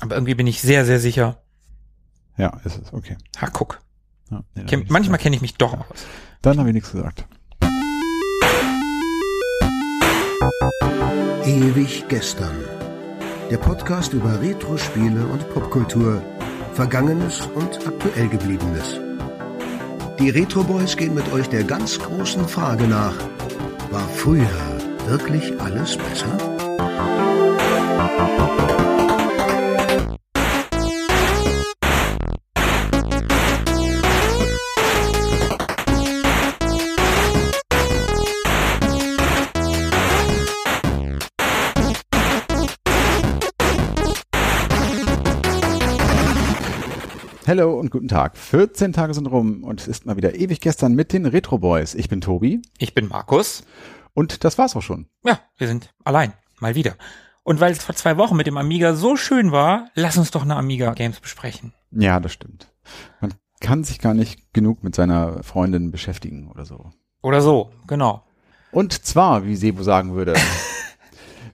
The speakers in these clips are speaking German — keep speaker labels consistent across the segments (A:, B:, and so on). A: Aber irgendwie bin ich sehr, sehr sicher.
B: Ja, ist es, okay.
A: Ha, guck.
B: Ja, nee, dann hab
A: Kenn,
B: ich
A: manchmal
B: nichts
A: kenne ich mich doch
B: Ja.
A: aus.
B: gesagt. Dann habe ich nichts gesagt.
C: Ewig gestern. Der Podcast über Retro-Spiele und Popkultur, Vergangenes und aktuell gebliebenes. Die Retro Boys gehen mit euch der ganz großen Frage nach: War früher wirklich alles besser?
B: Hallo und guten Tag. 14 Tage sind rum und es ist mal wieder ewig gestern mit den Retro Boys. Ich bin Tobi
A: Ich bin Markus.
B: und das war's auch schon.
A: Ja, wir sind allein. Mal wieder. Und weil es vor zwei Wochen mit dem Amiga so schön war, lass uns doch eine Amiga Games besprechen.
B: Ja, das stimmt. Man kann sich gar nicht genug mit seiner Freundin beschäftigen oder so.
A: Oder so, genau.
B: Und zwar, wie Sebo sagen würde,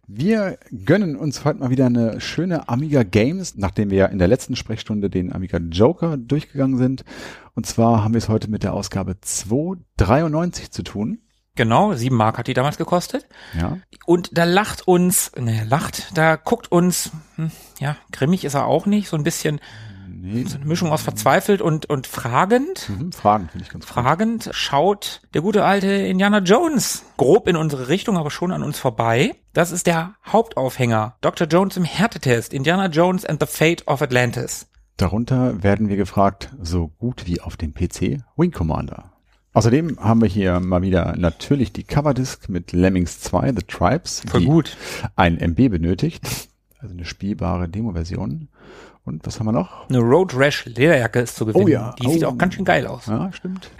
B: wir gönnen uns heute mal wieder eine schöne Amiga Games, nachdem wir ja in der letzten Sprechstunde den Amiga Joker durchgegangen sind. Und zwar haben wir es heute mit der Ausgabe 293 zu tun.
A: Genau, sieben Mark hat die damals gekostet.
B: Ja.
A: Und da lacht uns, ne, lacht, da guckt uns, hm, ja, grimmig ist er auch nicht, so ein bisschen,
B: Nee.
A: so eine Mischung aus verzweifelt und, und fragend.
B: Mhm, Fragen finde ich ganz gut.
A: Fragend schaut der gute alte Indiana Jones grob in unsere Richtung, aber schon an uns vorbei. Das ist der Hauptaufhänger. Dr. Jones im Härtetest. Indiana Jones and the Fate of Atlantis.
B: Darunter werden wir gefragt, so gut wie auf dem PC, Wing Commander. Außerdem haben wir hier mal wieder natürlich die Coverdisc mit Lemmings 2, The Tribes, die
A: gut.
B: ein MB benötigt, also eine spielbare Demo-Version. Und was haben wir noch?
A: Eine Road Rash Lederjacke ist zu gewinnen.
B: Oh ja.
A: Die sieht
B: Oh.
A: auch ganz schön geil aus.
B: Ja, stimmt.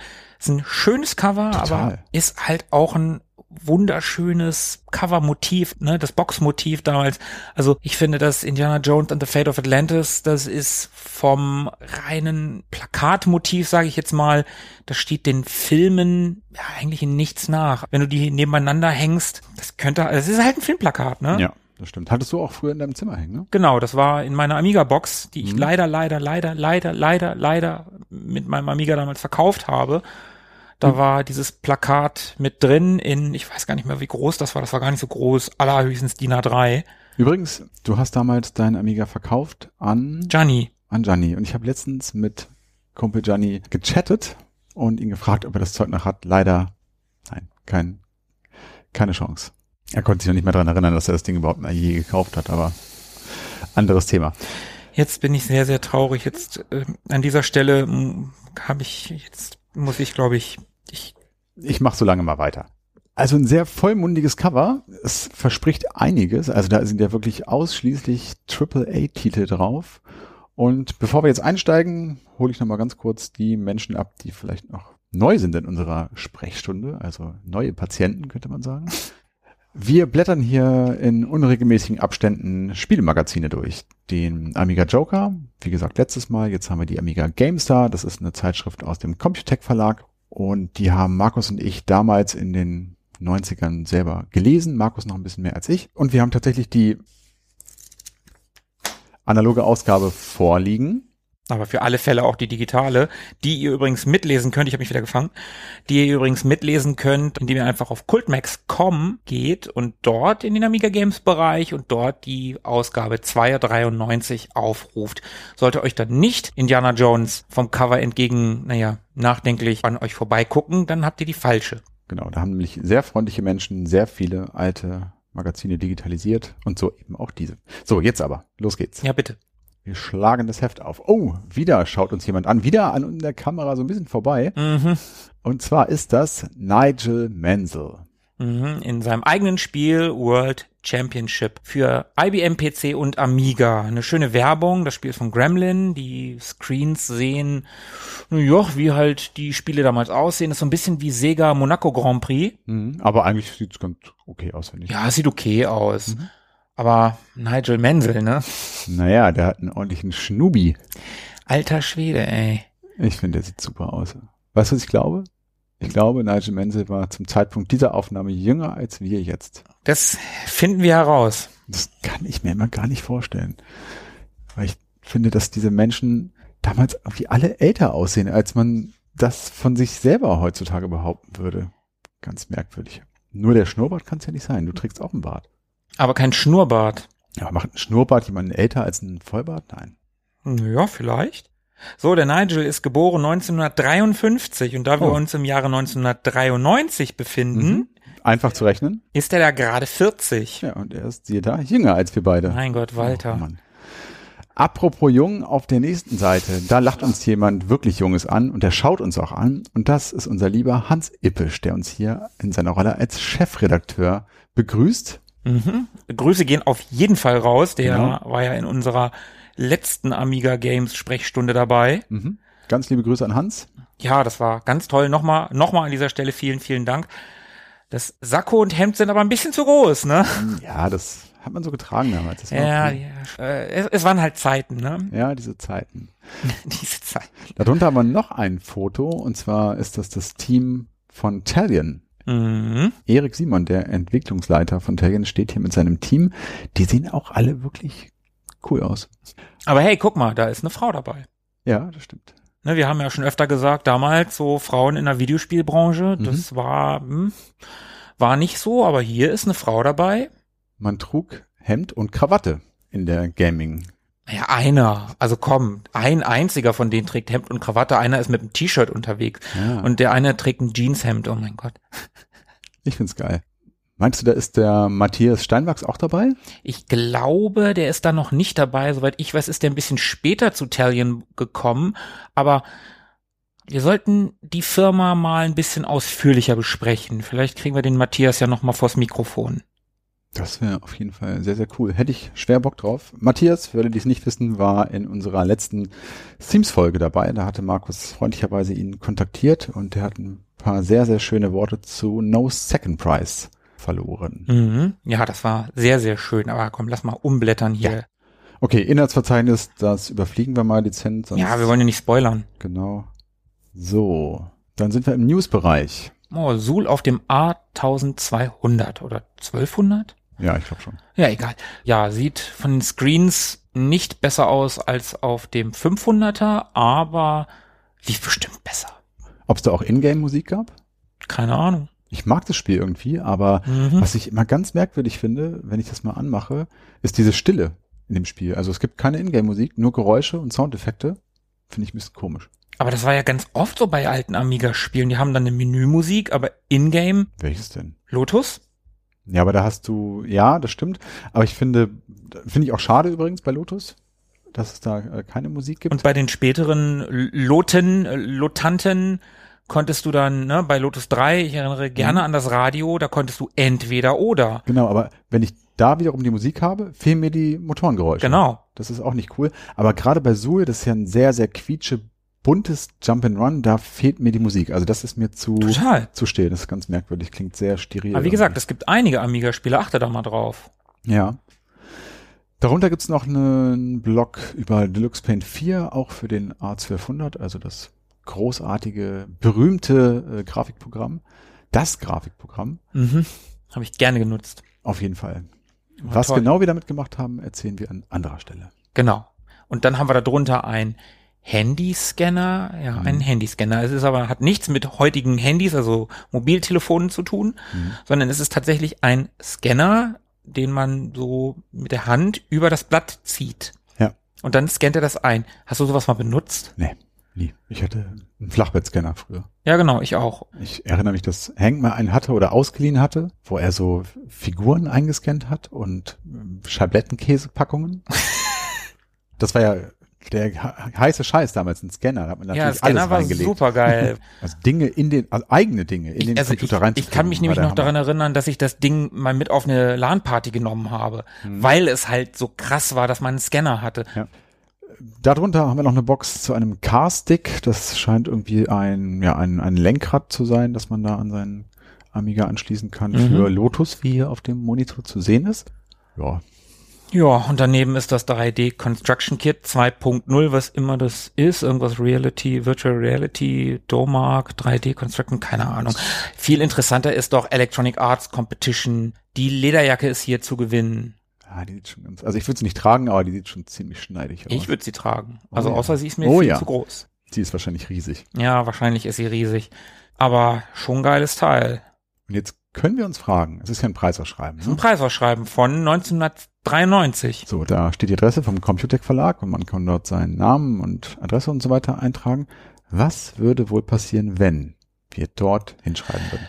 A: Ist ein schönes Cover,
B: Total.
A: aber ist halt auch ein wunderschönes Covermotiv, ne, das Boxmotiv damals. Also ich finde, dass Indiana Jones and the Fate of Atlantis, das ist vom reinen Plakatmotiv, sage ich jetzt mal, das steht den Filmen ja, eigentlich in nichts nach. Wenn du die nebeneinander hängst, das könnte, das ist halt ein Filmplakat, ne?
B: Ja, das stimmt. Hattest du auch früher in deinem Zimmer hängen, ne?
A: Genau, das war in meiner Amiga-Box, die ich leider, leider, leider, leider, leider, leider mit meinem Amiga damals verkauft habe. Da war dieses Plakat mit drin in, ich weiß gar nicht mehr, wie groß das war, das war gar nicht so groß, allerhöchstens DIN A3.
B: Übrigens, du hast damals deinen Amiga verkauft an,
A: Gianni,
B: an Gianni. Und ich habe letztens mit Kumpel Gianni gechattet und ihn gefragt, ob er das Zeug noch hat. Leider, nein, kein, keine Chance. Er konnte sich noch nicht mehr dran erinnern, dass er das Ding überhaupt mal je gekauft hat, aber anderes Thema.
A: jetzt bin ich sehr, sehr traurig. Jetzt äh, an dieser Stelle habe ich, jetzt muss ich, glaube ich, ich,
B: ich mache so lange mal weiter. Also ein sehr vollmundiges Cover. Es verspricht einiges. Also da sind ja wirklich ausschließlich AAA-Titel drauf. Und bevor wir jetzt einsteigen, hole ich nochmal ganz kurz die Menschen ab, die vielleicht noch neu sind in unserer Sprechstunde. Also neue Patienten, könnte man sagen. Wir blättern hier in unregelmäßigen Abständen Spielemagazine durch. Den Amiga Joker, wie gesagt, letztes Mal. Jetzt haben wir die Amiga GameStar. Das ist eine Zeitschrift aus dem Computec Verlag. Und die haben Markus und ich damals in den 90ern selber gelesen. Markus noch ein bisschen mehr als ich. Und wir haben tatsächlich die analoge Ausgabe vorliegen.
A: aber für alle Fälle auch die digitale, die ihr übrigens mitlesen könnt, ich habe mich wieder gefangen, die ihr übrigens mitlesen könnt, indem ihr einfach auf kultmax.com geht und dort in den Amiga Games Bereich und dort die Ausgabe 293 aufruft. Sollte euch dann nicht Indiana Jones vom Cover entgegen, naja, nachdenklich an euch vorbeigucken, dann habt ihr die falsche.
B: Genau, da haben nämlich sehr freundliche Menschen sehr viele alte Magazine digitalisiert und so eben auch diese. So, jetzt aber, los geht's.
A: Ja, bitte.
B: Wir schlagen das Heft auf. Oh, wieder schaut uns jemand an. Wieder an der Kamera so ein bisschen vorbei.
A: Mhm.
B: Und zwar ist das Nigel Mansell.
A: Mhm. In seinem eigenen Spiel World Championship für IBM PC und Amiga. Eine schöne Werbung. Das Spiel ist von Gremlin. Die Screens sehen, ja, wie halt die Spiele damals aussehen. Ist so ein bisschen wie Sega Monaco Grand Prix.
B: Mhm, aber eigentlich sieht's ganz okay aus, finde ich.
A: Ja, sieht okay aus. Aber Nigel Mansell, ne?
B: Naja, der hat einen ordentlichen Schnubi.
A: Alter Schwede, ey.
B: Ich finde, der sieht super aus. Weißt du, was ich glaube? Ich glaube, Nigel Mansell war zum Zeitpunkt dieser Aufnahme jünger als wir jetzt.
A: Das finden wir heraus.
B: Das kann ich mir immer gar nicht vorstellen. Weil Weil ich finde, dass diese Menschen damals irgendwie alle älter aussehen, als man das von sich selber heutzutage behaupten würde. Ganz merkwürdig. Nur der Schnurrbart kann es ja nicht sein. Du trägst auch einen Bart.
A: Aber kein Schnurrbart.
B: Ja, macht ein Schnurrbart jemanden älter als ein Vollbart? Nein.
A: Ja, vielleicht. So, der Nigel ist geboren 1953 und da wir
B: Oh.
A: uns im Jahre 1993 befinden,
B: Mhm. Einfach zu rechnen.
A: ist er da gerade 40.
B: Ja, und er ist, siehe da, jünger als wir beide.
A: Mein Gott, Walter.
B: Oh, Mann. Apropos jung, auf der nächsten Seite, da lacht uns jemand wirklich Junges an und der schaut uns auch an. Und das ist unser lieber Hans Ippisch, der uns hier in seiner Rolle als Chefredakteur begrüßt.
A: Mhm. Grüße gehen auf jeden Fall raus. Der
B: Genau.
A: war ja in unserer letzten Amiga Games Sprechstunde dabei.
B: Mhm. Ganz liebe Grüße an Hans.
A: Ja, das war ganz toll. Nochmal, nochmal an dieser Stelle vielen, vielen Dank. Das Sakko und Hemd sind aber ein bisschen zu groß, ne?
B: Ja, das hat man so getragen damals. Das war
A: Ja,
B: okay.
A: ja. Äh, es, es waren halt Zeiten, ne?
B: ja, diese Zeiten.
A: Diese Zeit.
B: Darunter haben wir noch ein Foto und zwar ist das das Team von Talion.
A: Mhm.
B: Erik Simon, der Entwicklungsleiter von Talion, steht hier mit seinem Team. Die sehen auch alle wirklich cool aus.
A: Aber hey, guck mal, da ist eine Frau dabei.
B: Ja, das stimmt.
A: Ne, wir haben ja schon öfter gesagt, damals so Frauen in der Videospielbranche,
B: Mhm.
A: das war, hm, war nicht so, aber hier ist eine Frau dabei.
B: Man trug Hemd und Krawatte in der Gaming.
A: Ja, einer. Also komm, ein einziger von denen trägt Hemd und Krawatte, einer ist mit einem T-Shirt unterwegs
B: Ja, und
A: und der eine trägt ein Jeanshemd, oh mein Gott.
B: ich find's geil. Meinst du, da ist der Matthias Steinwachs auch dabei?
A: Ich glaube, der ist da noch nicht dabei. Soweit ich weiß, ist der ein bisschen später zu Talion gekommen. Aber wir sollten die Firma mal ein bisschen ausführlicher besprechen. Vielleicht kriegen wir den Matthias ja noch mal vors Mikrofon.
B: Das wäre auf jeden Fall sehr, sehr cool. Hätte ich schwer Bock drauf. Matthias, für alle, die es nicht wissen, war in unserer letzten Themes-Folge dabei. Da hatte Markus freundlicherweise ihn kontaktiert und der hat ein paar sehr, sehr schöne Worte zu No Second Prize verloren.
A: Mhm. Ja, das war sehr, sehr schön. Aber komm, lass mal umblättern hier.
B: Okay, Inhaltsverzeichnis, das überfliegen wir mal dezent.
A: Ja,
B: sonst-
A: wir wollen ja nicht spoilern.
B: Genau. So, dann sind wir im News-Bereich.
A: Oh, Suhl auf dem A1200 oder 1200?
B: Ja, ich glaube schon.
A: Ja, egal. Ja, sieht von den Screens nicht besser aus als auf dem 500er, aber lief bestimmt besser.
B: Ob es da auch Ingame-Musik gab?
A: Keine Ahnung.
B: Ich mag das Spiel irgendwie, aber
A: Mhm.
B: was ich immer ganz merkwürdig finde, wenn ich das mal anmache, ist diese Stille in dem Spiel. Also es gibt keine Ingame-Musik, nur Geräusche und Soundeffekte. Finde ich ein bisschen komisch.
A: Aber das war ja ganz oft so bei alten Amiga-Spielen. Die haben dann eine Menümusik, aber in-game
B: Welches denn?
A: Lotus?
B: Ja, aber da hast du, ja, das stimmt. Aber ich finde, finde ich auch schade übrigens bei Lotus, dass es da äh, keine Musik gibt.
A: Und bei den späteren L- Loten, äh, Lotanten konntest du dann, ne, bei Lotus 3, ich erinnere gerne
B: Mhm.
A: an das Radio, da konntest du entweder oder.
B: genau, aber wenn ich da wiederum die Musik habe, fehlen mir die Motorengeräusche.
A: Genau.
B: Das ist auch nicht cool. Aber gerade bei Suhl, das ist ja ein sehr, sehr quietsche, buntes Jump'n'Run, da fehlt mir die Musik. Also das ist mir zu,
A: Total.
B: zu still. Das ist ganz merkwürdig. Klingt sehr steril.
A: Aber wie gesagt, es gibt einige Amiga-Spiele, achte da mal drauf.
B: Ja. Darunter gibt's noch ne, einen Blog über Deluxe Paint 4, auch für den A1200, also das großartige, berühmte äh, Grafikprogramm. Das Grafikprogramm,
A: Mhm. Habe ich gerne genutzt.
B: auf jeden Fall.
A: War
B: Was
A: toll.
B: genau wir damit gemacht haben, erzählen wir an anderer Stelle.
A: Genau. Und dann haben wir darunter einen Handyscanner, ja,
B: Mhm.
A: einen Handyscanner. Es ist aber, hat nichts mit heutigen Handys, also Mobiltelefonen zu tun,
B: Mhm.
A: sondern es ist tatsächlich ein Scanner, den man so mit der Hand über das Blatt zieht.
B: Ja.
A: Und dann scannt er das ein. Hast du sowas mal benutzt?
B: Nie. Ich hatte einen Flachbettscanner früher.
A: Ja, genau, ich auch.
B: Ich erinnere mich, dass Hank mal einen hatte oder ausgeliehen hatte, wo er so Figuren eingescannt hat und ähm, Schablettenkäsepackungen. das war ja der he- heiße Scheiß damals, ein Scanner. Da hat man natürlich
A: ja, Scanner
B: alles
A: war
B: reingelegt.
A: super geil.
B: Also Dinge in den, also eigene Dinge in den
A: also ich,
B: Computer reinzufügen.
A: ich kann mich
B: war
A: nämlich
B: der
A: noch
B: Hammer.
A: daran erinnern, dass ich das Ding mal mit auf eine LAN-Party genommen habe,
B: Mhm.
A: weil es halt so krass war, dass man einen Scanner hatte.
B: Darunter haben wir noch eine Box zu einem Car-Stick. Das scheint irgendwie ein, ja, ein, ein Lenkrad zu sein, das man da an seinen Amiga anschließen kann
A: Mhm.
B: für Lotus, wie hier auf dem Monitor zu sehen ist. Ja,
A: Ja, und daneben ist das 3D Construction Kit 2.0, was immer das ist, irgendwas Reality, Virtual Reality, Domark, 3D Construction, keine Ahnung. Viel interessanter ist doch Electronic Arts Competition. Die Lederjacke ist hier zu gewinnen.
B: Ah, die sieht schon ganz, also ich würde sie nicht tragen, aber die sieht schon ziemlich schneidig aus.
A: Ich würde sie tragen. Also
B: Genau. Oh ja.
A: außer sie ist mir
B: Oh
A: viel
B: ja.
A: zu groß.
B: die ist wahrscheinlich riesig.
A: Ja, wahrscheinlich ist sie riesig. Aber schon ein geiles Teil.
B: Und jetzt können wir uns fragen, es ist ja ein Preisausschreiben.
A: Das ist ein
B: Ne?
A: Preisausschreiben von 1993.
B: So, da steht die Adresse vom Computec Verlag und man kann dort seinen Namen und Adresse und so weiter eintragen. Was würde wohl passieren, wenn wir dort hinschreiben würden?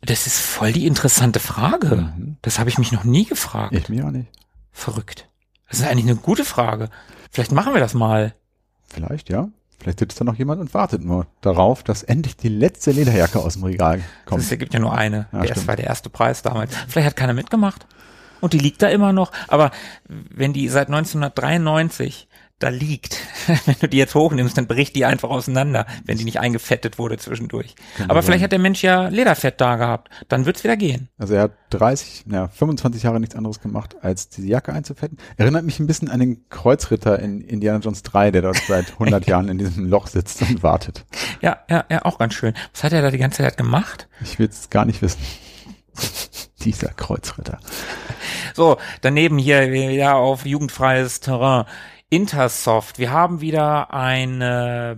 A: Das ist voll die interessante Frage.
B: Mhm.
A: Das habe ich mich noch nie gefragt.
B: Ich mir auch nicht.
A: Verrückt. Das ist eigentlich eine gute Frage. Vielleicht machen wir das mal.
B: Vielleicht, ja. Vielleicht sitzt da noch jemand und wartet nur darauf, dass endlich die letzte Lederjacke aus dem Regal kommt.
A: Es gibt ja nur eine.
B: Ja,
A: der
B: stimmt.
A: das war der erste Preis damals. Vielleicht hat keiner mitgemacht. Und die liegt da immer noch. Aber wenn die seit 1993 da liegt, wenn du die jetzt hochnimmst, dann bricht die einfach auseinander, wenn die nicht eingefettet wurde zwischendurch. Aber
B: sein.
A: vielleicht hat der Mensch ja Lederfett da gehabt. Dann wird's wieder gehen.
B: Also er hat 30, ja, 25 Jahre nichts anderes gemacht, als diese Jacke einzufetten. Erinnert mich ein bisschen an den Kreuzritter in Indiana Jones 3, der dort seit 100 Jahren in diesem Loch sitzt und wartet.
A: Ja, ja, ja, auch ganz schön. Was hat er da die ganze Zeit gemacht?
B: Ich will es gar nicht wissen. Dieser Kreuzritter.
A: So, daneben hier wieder auf jugendfreies Terrain. Intersoft, wir haben wieder eine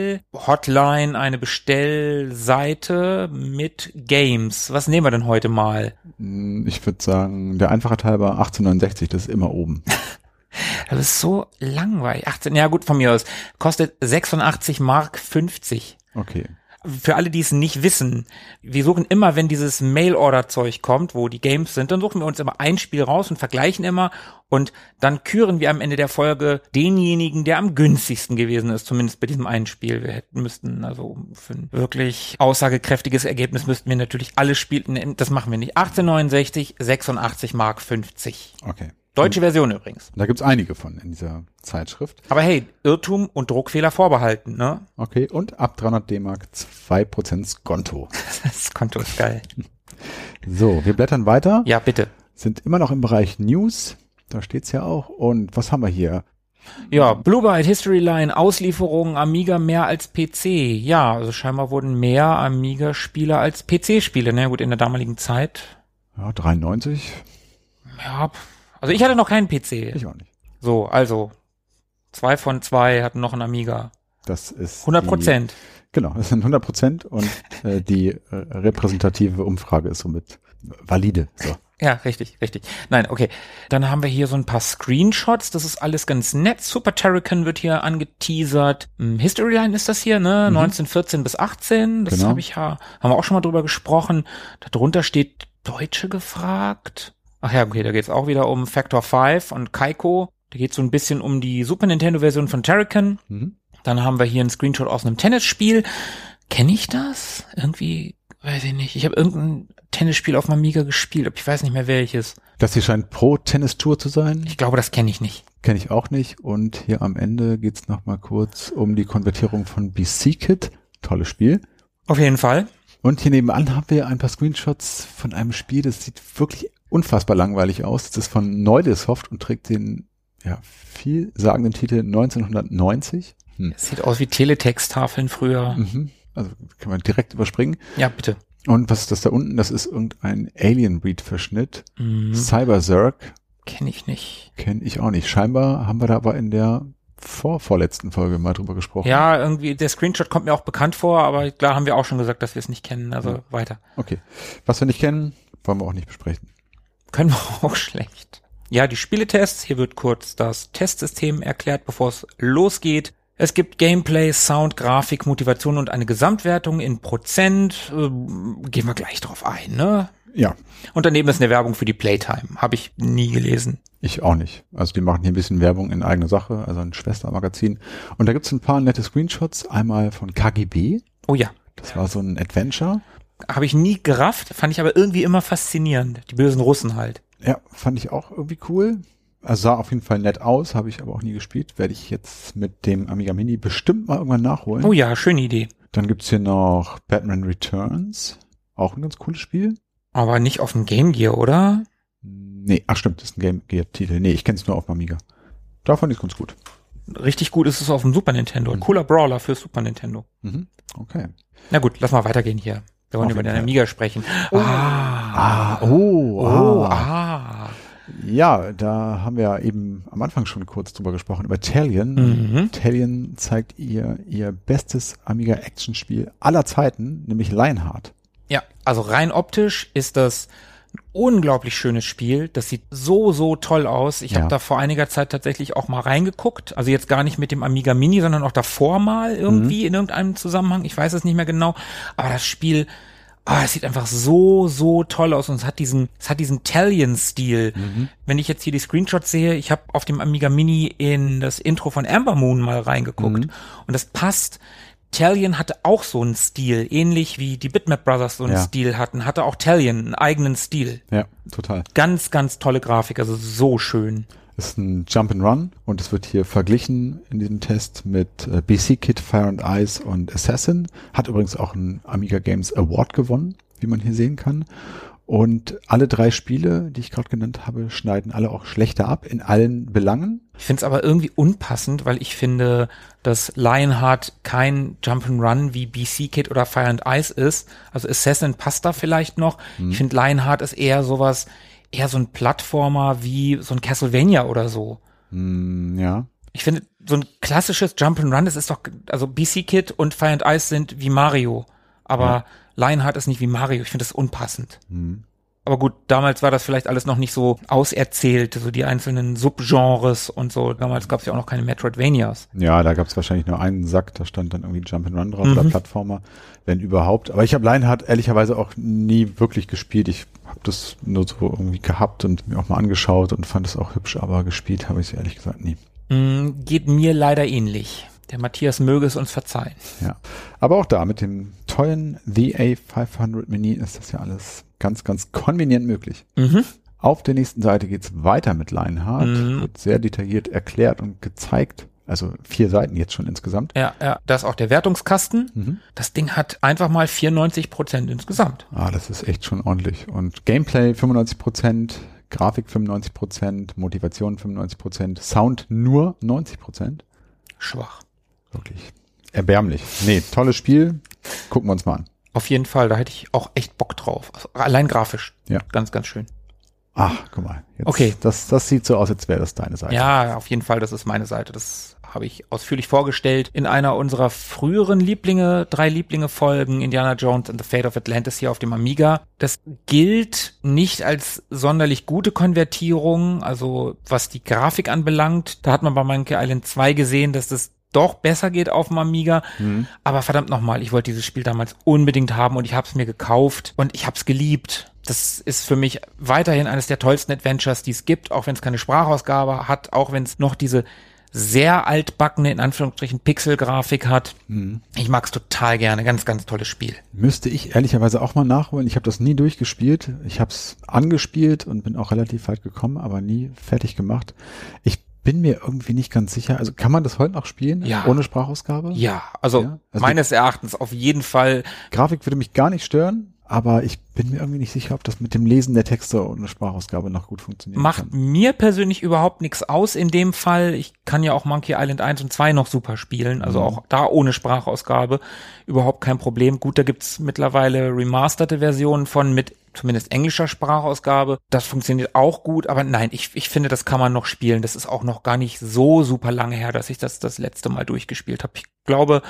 A: Bestell-Hotline, eine Bestellseite mit Games. Was nehmen wir denn heute mal?
B: Hm, Ich würde sagen, der einfache Teil war 1869, das ist immer oben.
A: Das ist so langweilig. 18, ja gut, von mir aus. Kostet 86 Mark 50.
B: Okay.
A: Für alle, die es nicht wissen, wir suchen immer, wenn dieses Mail-Order-Zeug kommt, wo die Games sind, dann suchen wir uns immer ein Spiel raus und vergleichen immer und dann küren wir am Ende der Folge denjenigen, der am günstigsten gewesen ist, zumindest bei diesem einen Spiel. Wir hätten müssten, also für ein wirklich aussagekräftiges Ergebnis müssten wir natürlich alle Spiele, nehmen. das machen wir nicht. 1869, 86 Mark 50.
B: Okay.
A: Deutsche Version übrigens.
B: Da gibt's einige von in dieser Zeitschrift.
A: Aber hey, Irrtum und Druckfehler vorbehalten, ne?
B: Okay. Und ab 300 D-Mark 2% Skonto.
A: Das Konto ist geil.
B: So, wir blättern weiter.
A: Ja, bitte.
B: Sind immer noch im Bereich News. Da steht's ja auch. Und was haben wir hier?
A: Ja, Blue Byte History Line, Auslieferungen Amiga mehr als PC. Ja, also scheinbar wurden mehr Amiga-Spiele als PC-Spiele, ne? Gut, in der damaligen Zeit.
B: Ja, 93.
A: Ja, pf. also ich hatte noch keinen PC.
B: Ich auch nicht.
A: So, also. Zwei von zwei hatten noch einen Amiga.
B: Das ist
A: 100
B: die-
A: Prozent.
B: Genau, das sind 100 Prozent und äh, die äh, repräsentative Umfrage ist somit valide. So.
A: Ja, richtig, richtig. Nein, okay. Dann haben wir hier so ein paar Screenshots. Das ist alles ganz nett. Super Terrican wird hier angeteasert. Hm, History Line ist das hier, ne? 1914 bis 18. Das
B: Genau.
A: habe ich ja, haben wir auch schon mal drüber gesprochen. Darunter steht Deutsche gefragt. Ach ja, okay, da geht's auch wieder um Factor 5 und Kaiko. Da geht's so ein bisschen um die Super Nintendo-Version von Terrican.
B: Mhm.
A: Dann haben wir hier einen Screenshot aus einem Tennisspiel. Kenne ich das? Irgendwie, weiß ich nicht. Ich habe irgendein Tennisspiel auf meinem Amiga gespielt, aber ich weiß nicht mehr welches.
B: Das hier scheint pro Tennistour zu sein.
A: Ich glaube, das kenne ich nicht.
B: Kenne ich auch nicht. Und hier am Ende geht's noch nochmal kurz um die Konvertierung von BC-Kit. Tolles Spiel.
A: Auf jeden Fall.
B: Und hier nebenan haben wir ein paar Screenshots von einem Spiel, das sieht wirklich unfassbar langweilig aus. Das ist von Neudesoft und trägt den ja, vielsagenden Titel 1990. Hm.
A: Es sieht aus wie Teletexttafeln früher.
B: Mhm. Also kann man direkt überspringen.
A: Ja, bitte.
B: Und was ist das da unten? Das ist irgendein Alien-Breed-Verschnitt.
A: Mhm.
B: Cyberzerg
A: Kenne ich nicht.
B: kenne ich auch nicht. Scheinbar haben wir da aber in der vorvorletzten Folge mal drüber gesprochen.
A: Ja, irgendwie, der Screenshot kommt mir auch bekannt vor, aber klar haben wir auch schon gesagt, dass wir es nicht kennen. Also
B: Ja.
A: weiter.
B: Okay. Was wir nicht kennen, wollen wir auch nicht besprechen.
A: Können wir auch schlecht. Ja, die Spieletests. Hier wird kurz das Testsystem erklärt, bevor es losgeht. Es gibt Gameplay, Sound, Grafik, Motivation und eine Gesamtwertung in Prozent. Ähm, gehen wir gleich drauf ein, ne?
B: Ja,
A: Und daneben ist eine Werbung für die Playtime. Habe ich nie gelesen.
B: Ich auch nicht. Also die machen hier ein bisschen Werbung in eigener Sache, also ein Schwestermagazin. Und da gibt's ein paar nette Screenshots. Einmal von KGB,
A: Oh ja.
B: das war so ein Adventure.
A: Habe ich nie gerafft, fand ich aber irgendwie immer faszinierend. Die bösen Russen halt.
B: Ja, fand ich auch irgendwie cool. Also sah auf jeden Fall nett aus, habe ich aber auch nie gespielt. Werde ich jetzt mit dem Amiga Mini bestimmt mal irgendwann nachholen.
A: Oh ja, schöne Idee.
B: Dann gibt's hier noch Batman Returns, auch ein ganz cooles Spiel.
A: Aber nicht auf dem Game Gear, oder?
B: Nee, ach stimmt, das ist ein Game Gear Titel. Nee, ich kenn's nur auf dem Amiga. Da fand ich's ganz gut.
A: Richtig gut ist es auf dem Super Nintendo. Ein Cooler Brawler für Super Nintendo.
B: Mhm. Okay.
A: Na gut, lass mal weitergehen hier. Wir wollen
B: Auf
A: über
B: jeden
A: den
B: Fall.
A: Amiga sprechen. Ah,
B: oh, Ah, oh,
A: oh, ah.
B: Ja, da haben wir eben am Anfang schon kurz drüber gesprochen, über Talion.
A: Mhm.
B: Talion zeigt ihr ihr bestes Amiga-Action-Spiel aller Zeiten, nämlich Lionheart.
A: Ja, also rein optisch ist das ein unglaublich schönes Spiel. Das sieht so, so toll aus. Ich
B: Ja.
A: habe da vor einiger Zeit tatsächlich auch mal reingeguckt. Also jetzt gar nicht mit dem Amiga Mini, sondern auch davor mal irgendwie in irgendeinem Zusammenhang. Ich weiß es nicht mehr genau. Aber das Spiel, ah, es sieht einfach so, so toll aus und es hat diesen, es hat diesen Talion-Stil. Wenn ich jetzt hier die Screenshots sehe, ich habe auf dem Amiga Mini in das Intro von Amber Moon mal reingeguckt und das passt. Talion hatte auch so einen Stil, ähnlich wie die Bitmap Brothers so einen
B: Ja.
A: Stil hatten, hatte auch Talion einen eigenen Stil.
B: Ja, total.
A: Ganz, ganz tolle Grafik, also so schön.
B: Ist ein Jump and Run und es wird hier verglichen in diesem Test mit äh, BC Kid, Fire and Ice und Assassin. Hat übrigens auch einen Amiga Games Award gewonnen, wie man hier sehen kann. Und alle drei Spiele, die ich gerade genannt habe, schneiden alle auch schlechter ab in allen Belangen.
A: Ich finde es aber irgendwie unpassend, weil ich finde, dass Lionheart kein Jump'n'Run wie BC Kid oder Fire and Ice ist. Also Assassin passt da vielleicht noch. Ich finde Lionheart ist eher sowas, eher so ein Plattformer wie so ein Castlevania oder so.
B: Hm, ja.
A: Ich finde, so ein klassisches Jump'n'Run, das ist doch, also BC Kid und Fire and Ice sind wie Mario. Aber Lionheart ist nicht wie Mario. Ich finde das unpassend.
B: Hm.
A: Aber gut, damals war das vielleicht alles noch nicht so auserzählt, so die einzelnen Subgenres und so. Damals gab es ja auch noch keine Metroidvanias.
B: Ja, da gab es wahrscheinlich nur einen Sack, da stand dann irgendwie Jump'n'Run drauf oder
A: Mhm.
B: Plattformer, wenn überhaupt. Aber ich habe Lionheart ehrlicherweise auch nie wirklich gespielt. Ich habe das nur so irgendwie gehabt und mir auch mal angeschaut und fand es auch hübsch, aber gespielt habe ich es ehrlich gesagt nie.
A: Hm, geht mir leider ähnlich. Der Matthias möge es uns verzeihen.
B: Ja. Aber auch da mit dem tollen The A500 Mini ist das ja alles ganz, ganz konvenient möglich.
A: Mhm.
B: Auf der nächsten Seite geht's weiter mit Lionheart.
A: Mhm.
B: Wird sehr detailliert erklärt und gezeigt. Also vier Seiten jetzt schon insgesamt.
A: Ja, ja, das ist auch der Wertungskasten.
B: Mhm.
A: Das Ding hat einfach mal 94 Prozent insgesamt.
B: Ah, das ist echt schon ordentlich. Und Gameplay 95%, Grafik 95%, Motivation 95%, Sound nur 90%.
A: Schwach.
B: Wirklich erbärmlich. Nee, tolles Spiel. Gucken wir uns mal an.
A: Auf jeden Fall, da hätte ich auch echt Bock drauf. Also, allein grafisch.
B: Ja.
A: Ganz, ganz schön.
B: Ach, Ah, guck mal. Jetzt,
A: Okay.
B: Das, das sieht so aus, als wäre das deine Seite.
A: Ja, auf jeden Fall, das ist meine Seite. Das habe ich ausführlich vorgestellt in einer unserer früheren Lieblinge, drei Lieblinge-Folgen, Indiana Jones and the Fate of Atlantis hier auf dem Amiga. Das gilt nicht als sonderlich gute Konvertierung, also was die Grafik anbelangt. Da hat man bei Monkey Island 2 gesehen, dass das doch besser geht auf dem Amiga.
B: Hm.
A: Aber verdammt nochmal, ich wollte dieses Spiel damals unbedingt haben und ich habe es mir gekauft und ich habe es geliebt. Das ist für mich weiterhin eines der tollsten Adventures, die es gibt, auch wenn es keine Sprachausgabe hat, auch wenn es noch diese sehr altbackene, in Anführungsstrichen, Pixel-Grafik hat.
B: Mhm.
A: Ich mag es total gerne. Ganz, ganz tolles Spiel.
B: Müsste ich ehrlicherweise auch mal nachholen. Ich habe das nie durchgespielt. Ich habe es angespielt und bin auch relativ weit gekommen, aber nie fertig gemacht. Ich bin mir irgendwie nicht ganz sicher. Also kann man das heute noch spielen?
A: Ja.
B: Ohne Sprachausgabe?
A: Ja, also,
B: Ja, also
A: meines Erachtens auf jeden Fall.
B: Grafik würde mich gar nicht stören, aber ich bin mir irgendwie nicht sicher, ob das mit dem Lesen der Texte und der Sprachausgabe noch gut funktioniert.
A: Macht mir persönlich überhaupt nichts aus in dem Fall. Ich kann ja auch Monkey Island 1 und 2 noch super spielen, also
B: Mhm.
A: auch da ohne Sprachausgabe überhaupt kein Problem. Gut, da gibt's mittlerweile remasterte Versionen von mit zumindest englischer Sprachausgabe. Das funktioniert auch gut, aber nein, ich, ich finde, das kann man noch spielen. Das ist auch noch gar nicht so super lange her, dass ich das das letzte Mal durchgespielt habe. Ich glaube,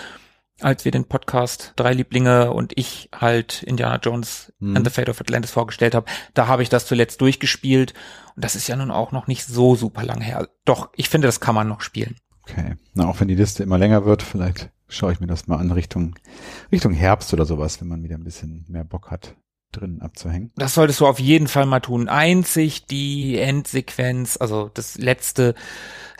A: als wir den Podcast Drei Lieblinge und ich halt Indiana Jones
B: Mhm.
A: and the Fate of Atlantis vorgestellt habe, da habe ich das zuletzt durchgespielt und das ist ja nun auch noch nicht so super lang her. Also Doch, ich finde, das kann man noch spielen.
B: Okay. Na, auch wenn die Liste immer länger wird, vielleicht schaue ich mir das mal an Richtung, Richtung Herbst oder sowas, wenn man wieder ein bisschen mehr Bock hat, drinnen abzuhängen.
A: Das solltest du auf jeden Fall mal tun. Einzig die Endsequenz, also das letzte,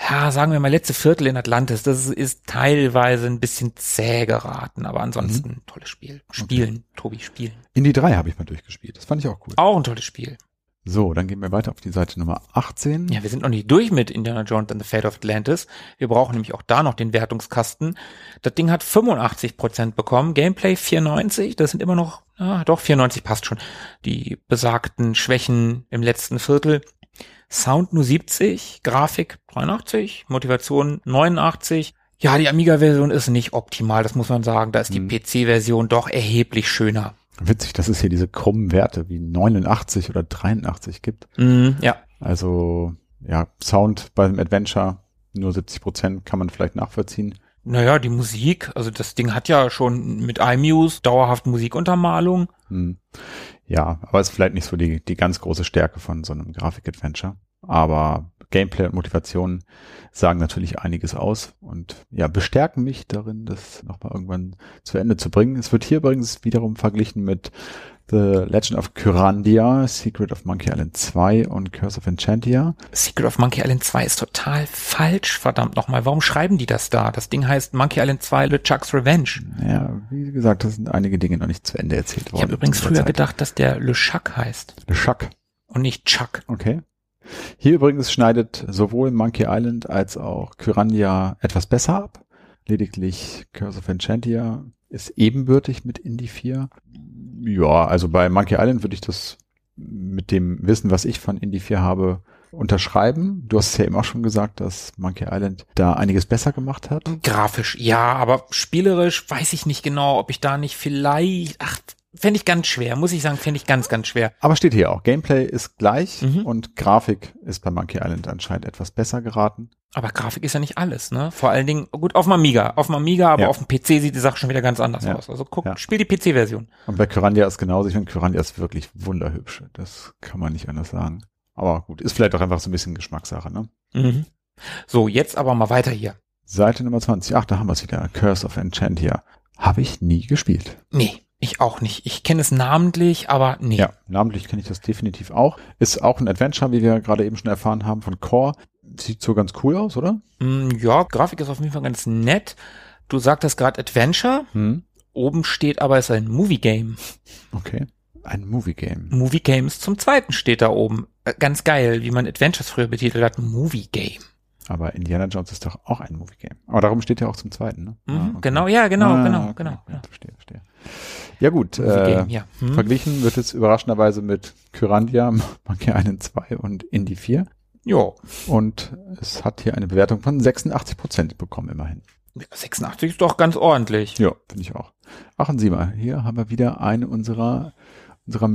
A: ja, sagen wir mal, letzte Viertel in Atlantis, das ist teilweise ein bisschen zäh geraten, aber ansonsten tolles Spiel. Spielen, Tobi, spielen.
B: Indie 3 habe ich mal durchgespielt. Das fand ich auch cool.
A: Auch ein tolles Spiel.
B: So, dann gehen wir weiter auf die Seite Nummer 18.
A: Ja, wir sind noch nicht durch mit Indiana Jones and the Fate of Atlantis. Wir brauchen nämlich auch da noch den Wertungskasten. Das Ding hat 85% bekommen, Gameplay 94, das sind immer noch, ah, doch 94 passt schon. Die besagten Schwächen im letzten Viertel. Sound nur 70, Grafik 83, Motivation 89. Ja, die Amiga-Version ist nicht optimal, das muss man sagen. Da ist die
B: Mhm.
A: PC-Version doch erheblich schöner.
B: Witzig, dass es hier diese krummen Werte wie 89 oder 83 gibt.
A: Mhm, ja.
B: Also ja, Sound beim Adventure nur 70 Prozent kann man vielleicht nachvollziehen.
A: Naja, die Musik, also das Ding hat ja schon mit iMuse dauerhaft Musikuntermalung.
B: Hm. Ja, aber ist vielleicht nicht so die, die ganz große Stärke von so einem Grafik-Adventure. Aber Gameplay und Motivation sagen natürlich einiges aus und ja, bestärken mich darin, das nochmal irgendwann zu Ende zu bringen. Es wird hier übrigens wiederum verglichen mit The Legend of Kyrandia, Secret of Monkey Island 2 und Curse of Enchantia.
A: Secret of Monkey Island 2 ist total falsch, verdammt nochmal. Warum schreiben die das da? Das Ding heißt Monkey Island 2 LeChuck's Revenge.
B: Ja, wie gesagt, das sind einige Dinge noch nicht zu Ende erzählt worden.
A: Ich habe übrigens
B: in
A: früher
B: dieser Zeit.
A: gedacht, dass der LeChuck heißt
B: Schack.
A: und nicht Chuck.
B: Okay. Hier übrigens schneidet sowohl Monkey Island als auch Kyrandia etwas besser ab. Lediglich Curse of Enchantia ist ebenbürtig mit Indie 4. Ja, also bei Monkey Island würde ich das mit dem Wissen, was ich von Indie 4 habe, unterschreiben. Du hast es ja eben auch schon gesagt, dass Monkey Island da einiges besser gemacht hat.
A: Grafisch, ja, aber spielerisch weiß ich nicht genau, ob ich da nicht vielleicht, ach, fände ich ganz schwer, muss ich sagen, fände ich ganz, ganz schwer.
B: Aber steht hier auch, Gameplay ist gleich
A: Mhm.
B: und Grafik ist bei Monkey Island anscheinend etwas besser geraten.
A: Aber Grafik ist ja nicht alles, ne? Vor allen Dingen, gut, auf dem Amiga, auf dem Amiga, aber
B: Ja.
A: auf dem PC sieht die Sache schon wieder ganz anders
B: Ja.
A: aus. Also guck,
B: Ja.
A: spiel die PC-Version.
B: Und bei Kyrandia ist genauso. Ich finde, Kyrandia ist wirklich wunderhübsch. Das kann man nicht anders sagen. Aber gut, ist vielleicht auch einfach so ein bisschen Geschmackssache, ne?
A: Mhm. So, jetzt aber mal weiter hier.
B: Seite Nummer 20. Ach, da haben wir es wieder. Curse of Enchantia. Habe ich nie gespielt.
A: Nee, ich auch nicht. Ich kenne es namentlich, aber nee.
B: Ja, namentlich kenne ich das definitiv auch. Ist auch ein Adventure, wie wir gerade eben schon erfahren haben, von Core. Sieht so ganz cool aus, oder?
A: Mm, ja, Grafik ist auf jeden Fall ganz nett. Du sagtest gerade Adventure,
B: Hm.
A: oben steht aber es ist ein Movie Game.
B: Okay. Ein Movie Game.
A: Movie Games zum zweiten steht da oben. Äh, Ganz geil, wie man Adventures früher betitelt hat, Movie Game.
B: Aber Indiana Jones ist doch auch ein Movie Game. Aber darum steht ja auch zum zweiten, ne?
A: Mhm,
B: Ah, okay.
A: Genau, ja, genau,
B: Ah,
A: genau,
B: okay.
A: genau.
B: Ja,
A: Ja.
B: Verstehe, verstehe. Ja, gut.
A: Movie
B: Äh,
A: Game, ja. Hm.
B: Verglichen wird es überraschenderweise mit Kyrandia, Monkey Island 2 und Indie 4.
A: Jo.
B: Und es hat hier eine Bewertung von 86 Prozent bekommen, immerhin.
A: Ja, 86 ist doch ganz ordentlich.
B: Ja, finde ich auch. Ach, und sieh mal, hier haben wir wieder eine unserer, unserer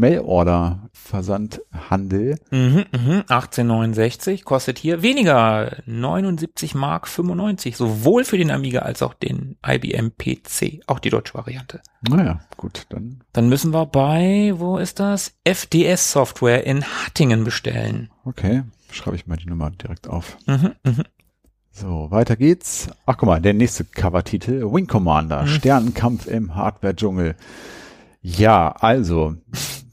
B: Mail-Order-Versandhandel.
A: Mhm, mhm, 1869 kostet hier weniger 79 Mark 95, sowohl für den Amiga als auch den IBM PC, auch die deutsche Variante.
B: Naja, gut, dann
A: Dann müssen wir bei, wo ist das? FDS Software in Hattingen bestellen.
B: okay, schreibe ich mal die Nummer direkt auf.
A: Mhm, mhm.
B: So, weiter geht's. Ach, guck mal, der nächste Covertitel. Wing Commander,
A: Mhm.
B: Sternenkampf im Hardware-Dschungel. Ja, also,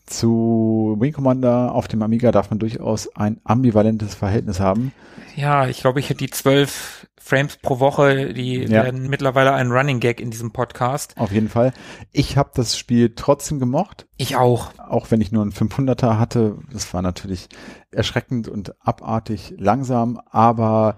B: zu Wing Commander auf dem Amiga darf man durchaus ein ambivalentes Verhältnis haben.
A: Ja, ich glaube, ich hätte die 12 Frames pro Woche, die
B: Ja.
A: werden mittlerweile ein Running Gag in diesem Podcast.
B: Auf jeden Fall. Ich habe das Spiel trotzdem gemocht,
A: Ich auch.
B: auch wenn ich nur einen 500er hatte. Das war natürlich erschreckend und abartig langsam, aber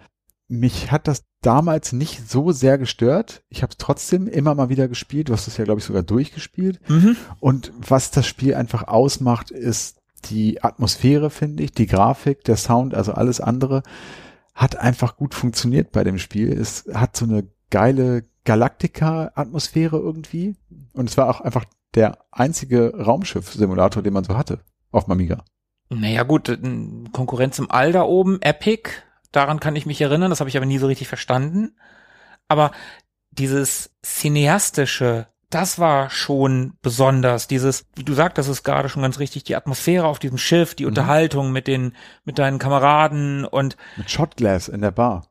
B: mich hat das damals nicht so sehr gestört. Ich habe es trotzdem immer mal wieder gespielt. Du hast es ja, glaube ich, sogar durchgespielt.
A: Mhm.
B: Und was das Spiel einfach ausmacht, ist die Atmosphäre, finde ich, die Grafik, der Sound, also alles andere hat einfach gut funktioniert bei dem Spiel. Es hat so eine geile Galaktika-Atmosphäre irgendwie. Und es war auch einfach der einzige Raumschiff-Simulator, den man so hatte auf Mamiga.
A: Naja, gut, äh, Konkurrenz im All da oben, Epic, daran kann ich mich erinnern, das habe ich aber nie so richtig verstanden. Aber dieses Cineastische, das war schon besonders. Dieses, wie du sagtest es gerade schon ganz richtig, die Atmosphäre auf diesem Schiff, die
B: Mhm.
A: Unterhaltung mit den, mit deinen Kameraden und
B: Mit Shotglass in der Bar.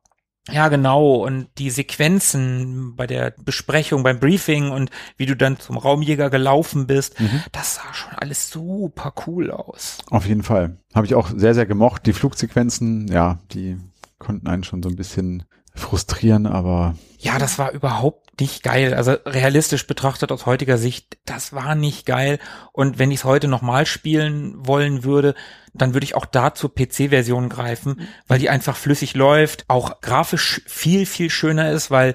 A: Ja, genau. Und die Sequenzen bei der Besprechung, beim Briefing und wie du dann zum Raumjäger gelaufen bist, das sah schon alles super cool aus.
B: Auf jeden Fall. Habe ich auch sehr, sehr gemocht. Die Flugsequenzen, ja, die konnten einen schon so ein bisschen frustrieren, aber
A: Ja, das war überhaupt nicht geil. Also realistisch betrachtet aus heutiger Sicht, das war nicht geil. Und wenn ich es heute nochmal spielen wollen würde, dann würde ich auch da zur PC-Version greifen, weil die einfach flüssig läuft, auch grafisch viel, viel schöner ist, weil,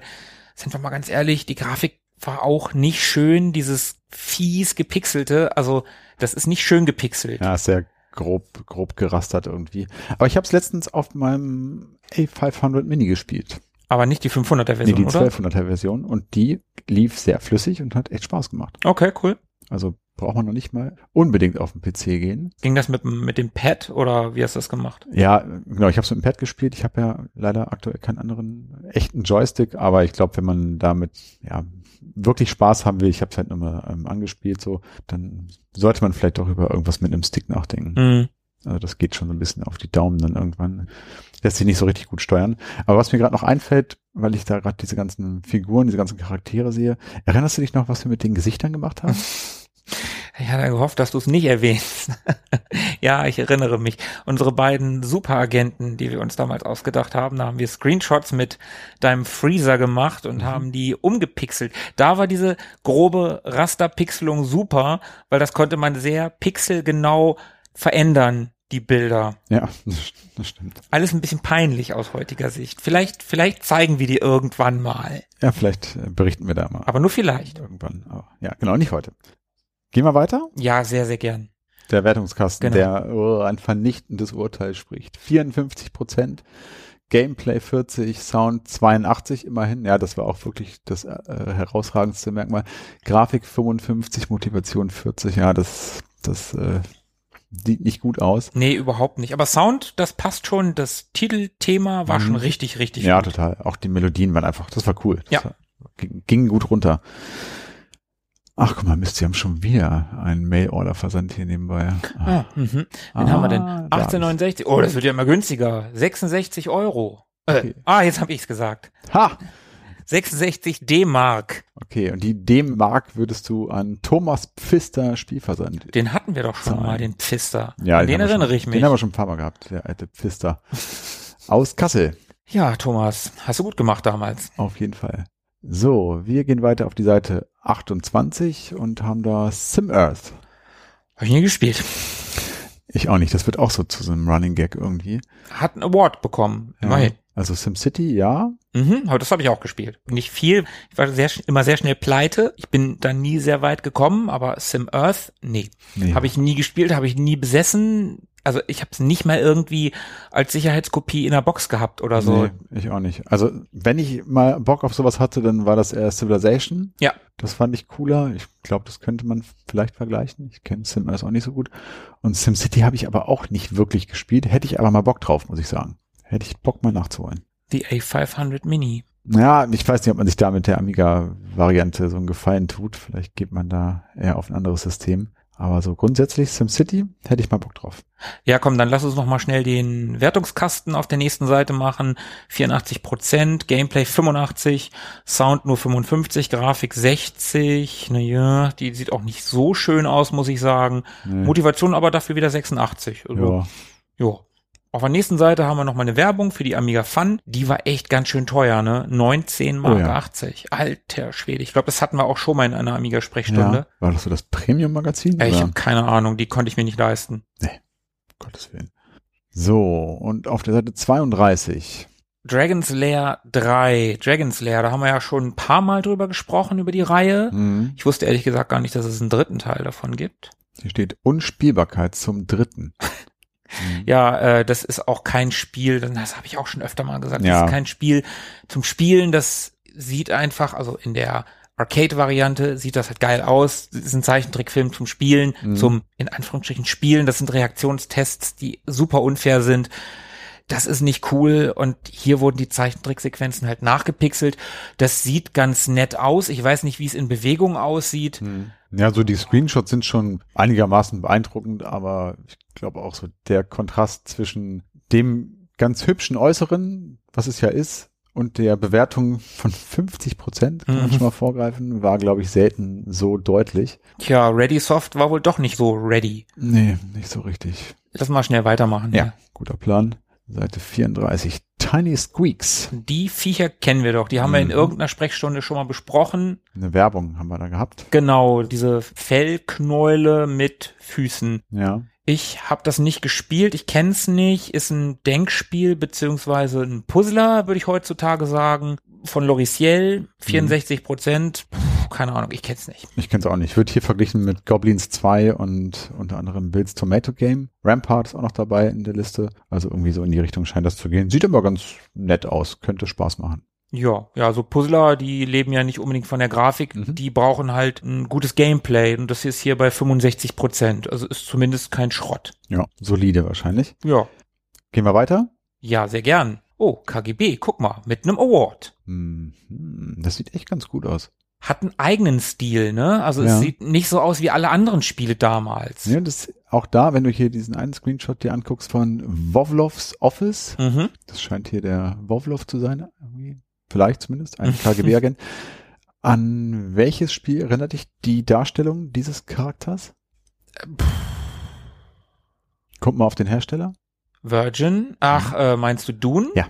A: sind wir mal ganz ehrlich, die Grafik war auch nicht schön, dieses fies gepixelte, also das ist nicht schön gepixelt.
B: Ja, ist sehr grob, grob gerastert irgendwie. Aber ich habe es letztens auf meinem A500 Mini gespielt.
A: Aber nicht die 500er-Version,
B: nee, die
A: oder?
B: 1200er Version. Und die lief sehr flüssig und hat echt Spaß gemacht.
A: Okay, cool.
B: Also braucht man noch nicht mal unbedingt auf den PC gehen.
A: Ging das mit, dem- mit dem Pad oder wie hast du das gemacht?
B: Ja, genau, ich habe es mit dem Pad gespielt. Ich habe ja leider aktuell keinen anderen echten Joystick, aber ich glaube, wenn man damit ja wirklich Spaß haben will, ich habe es halt nur mal ähm, angespielt, so, dann sollte man vielleicht doch über irgendwas mit einem Stick nachdenken.
A: Hm.
B: Also das geht schon so ein bisschen auf die Daumen dann irgendwann. Lässt sich nicht so richtig gut steuern. Aber was mir gerade noch einfällt, weil ich da gerade diese ganzen Figuren, diese ganzen Charaktere sehe, erinnerst du dich noch, was wir mit den Gesichtern gemacht haben?
A: Ich hatte gehofft, dass du es nicht erwähnst. ja, ich erinnere mich. Unsere beiden Superagenten, die wir uns damals ausgedacht haben, da haben wir Screenshots mit deinem Freezer gemacht und haben die umgepixelt. Da war diese grobe Rasterpixelung super, weil das konnte man sehr pixelgenau verändern, die Bilder.
B: ja, das das stimmt.
A: Alles ein bisschen peinlich aus heutiger Sicht. Vielleicht, vielleicht zeigen wir die irgendwann mal.
B: Ja, vielleicht äh, berichten wir da mal
A: Aber nur vielleicht.
B: irgendwann. Aber, ja, genau, nicht heute. Gehen wir weiter.
A: Ja, sehr, sehr gern.
B: Der Wertungskasten,
A: Genau.
B: der oh, ein vernichtendes Urteil spricht. 54 Prozent, Gameplay 40, Sound 82 immerhin. Ja, das war auch wirklich das äh, herausragendste Merkmal. Grafik 55, Motivation 40. Ja, das, das äh, sieht nicht gut aus.
A: Nee, überhaupt nicht. Aber Sound, das passt schon. Das Titelthema war
B: Mhm.
A: schon richtig, richtig
B: ja,
A: gut.
B: total. Auch die Melodien waren einfach, das war cool.
A: Ja.
B: Das war, ging, ging gut runter. Ach, guck mal, Mist, Sie haben schon wieder einen Mail-Order-Versand hier nebenbei.
A: Ah, mhm. Wen haben wir denn?
B: Ah, da hab ich's.
A: 1869. Oh, das wird ja immer günstiger. 66 Euro. Äh,
B: Okay.
A: Ah, jetzt habe ich's gesagt.
B: Ha!
A: 66 D-Mark.
B: Okay, und die D-Mark würdest du an Thomas Pfister Spielversand.
A: Den hatten wir doch schon
B: Zahlen.
A: mal, den Pfister. An den,
B: haben wir
A: erinnere
B: schon,
A: ich mich.
B: Den haben wir schon ein paar Mal gehabt, der alte Pfister. Aus Kassel,
A: Ja, Thomas, hast du gut gemacht damals.
B: auf jeden Fall. So, wir gehen weiter auf die Seite 28 und haben da SimEarth.
A: Habe ich nie gespielt.
B: Ich auch nicht, das wird auch so zu so einem Running Gag irgendwie.
A: Hat einen Award bekommen. Immerhin.
B: Also SimCity, ja.
A: Mhm, aber das habe ich auch gespielt. Nicht viel. Ich war sehr, sch- immer sehr schnell pleite. Ich bin da nie sehr weit gekommen, aber Sim Earth, nee.
B: Nee.
A: Habe ich nie gespielt, habe ich nie besessen. Also ich habe es nicht mal irgendwie als Sicherheitskopie in der Box gehabt oder so.
B: Nee, ich auch nicht. Also, wenn ich mal Bock auf sowas hatte, dann war das eher Civilization.
A: Ja.
B: Das fand ich cooler. Ich glaube, das könnte man vielleicht vergleichen. Ich kenne SimS auch nicht so gut. Und SimCity habe ich aber auch nicht wirklich gespielt. Hätte ich aber mal Bock drauf, muss ich sagen. Hätte ich Bock mal nachzuholen.
A: Die A500 Mini.
B: Ja, ich weiß nicht, ob man sich da mit der Amiga-Variante so einen Gefallen tut. Vielleicht geht man da eher auf ein anderes System. Aber so grundsätzlich SimCity hätte ich mal Bock drauf.
A: Ja, komm, dann lass uns noch mal schnell den Wertungskasten auf der nächsten Seite machen. 84 Prozent, Gameplay 85, Sound nur 55, Grafik 60. Naja, die sieht auch nicht so schön aus, muss ich sagen.
B: Nee.
A: Motivation aber dafür wieder 86. Also,
B: ja.
A: Jo. Auf der nächsten Seite haben wir nochmal eine Werbung für die Amiga Fun. Die war echt ganz schön teuer, ne? 19 Mark
B: Oh ja.
A: 80. Alter Schwede. Ich glaube, das hatten wir auch schon mal in einer
B: ja.
A: Amiga-Sprechstunde.
B: War das so das Premium-Magazin?
A: Äh, Ich
B: oder?
A: habe keine Ahnung, die konnte ich mir nicht leisten.
B: Gottes Willen. So, und auf der Seite 32.
A: Dragon's Lair 3. Dragon's Lair, da haben wir ja schon ein paar Mal drüber gesprochen, über die Reihe.
B: Mhm.
A: Ich wusste ehrlich gesagt gar nicht, dass es einen dritten Teil davon gibt.
B: Hier steht Unspielbarkeit zum dritten. Hm.
A: Ja, äh, das ist auch kein Spiel, denn das habe ich auch schon öfter mal gesagt,
B: Ja.
A: das ist kein Spiel zum Spielen, das sieht einfach, also in der Arcade-Variante sieht das halt geil aus, das ist ein Zeichentrickfilm zum Spielen,
B: Mhm.
A: zum in Anführungsstrichen Spielen, das sind Reaktionstests, die super unfair sind. Das ist nicht cool und hier wurden die Zeichentricksequenzen halt nachgepixelt. Das sieht ganz nett aus. Ich weiß nicht, wie es in Bewegung aussieht.
B: Hm. Ja, so die Screenshots sind schon einigermaßen beeindruckend, aber ich glaube auch so der Kontrast zwischen dem ganz hübschen Äußeren, was es ja ist, und der Bewertung von 50 Prozent, kann man
A: Mhm.
B: schon mal vorgreifen, war, glaube ich, selten so deutlich.
A: Tja, Ready Soft war wohl doch nicht so ready.
B: Nee, nicht so richtig.
A: Lass mal schnell weitermachen. hier.
B: Guter Plan. Seite 34. Tiny Squeaks.
A: Die Viecher kennen wir doch. Die haben wir in
B: Mhm.
A: irgendeiner Sprechstunde schon mal besprochen.
B: Eine Werbung haben wir da gehabt.
A: Genau, diese Fellknäule mit Füßen.
B: Ja.
A: Ich habe das nicht gespielt, ich kenn's nicht. Ist ein Denkspiel beziehungsweise ein Puzzler, würde ich heutzutage sagen. Von Loriciel,
B: Mhm.
A: 64 Prozent. Keine Ahnung, ich kenn's nicht.
B: Ich kenne es auch nicht. Wird hier verglichen mit Goblins 2 und unter anderem Bills Tomato Game. Rampart ist auch noch dabei in der Liste. Also irgendwie so in die Richtung scheint das zu gehen. Sieht aber ganz nett aus. Könnte Spaß machen.
A: Ja, ja, so Puzzler, die leben ja nicht unbedingt von der Grafik,
B: Mhm.
A: die brauchen halt ein gutes Gameplay und das ist hier bei 65 Prozent, also ist zumindest kein Schrott.
B: Ja, solide wahrscheinlich.
A: Ja,
B: Gehen wir weiter.
A: ja, sehr gern. Oh, KGB, guck mal, mit einem Award.
B: Mhm, Das sieht echt ganz gut aus.
A: Hat einen eigenen Stil, ne? Also
B: Ja.
A: es sieht nicht so aus wie alle anderen Spiele damals.
B: Ja, das, auch da, wenn du hier diesen einen Screenshot dir anguckst von Wovlovs Office,
A: Mhm.
B: das scheint hier der Wovlov zu sein, irgendwie. vielleicht zumindest, ein KGB-Agent. An welches Spiel erinnert dich die Darstellung dieses Charakters? Kommt mal auf den Hersteller.
A: Virgin, ach, äh, meinst du Dune?
B: Ja.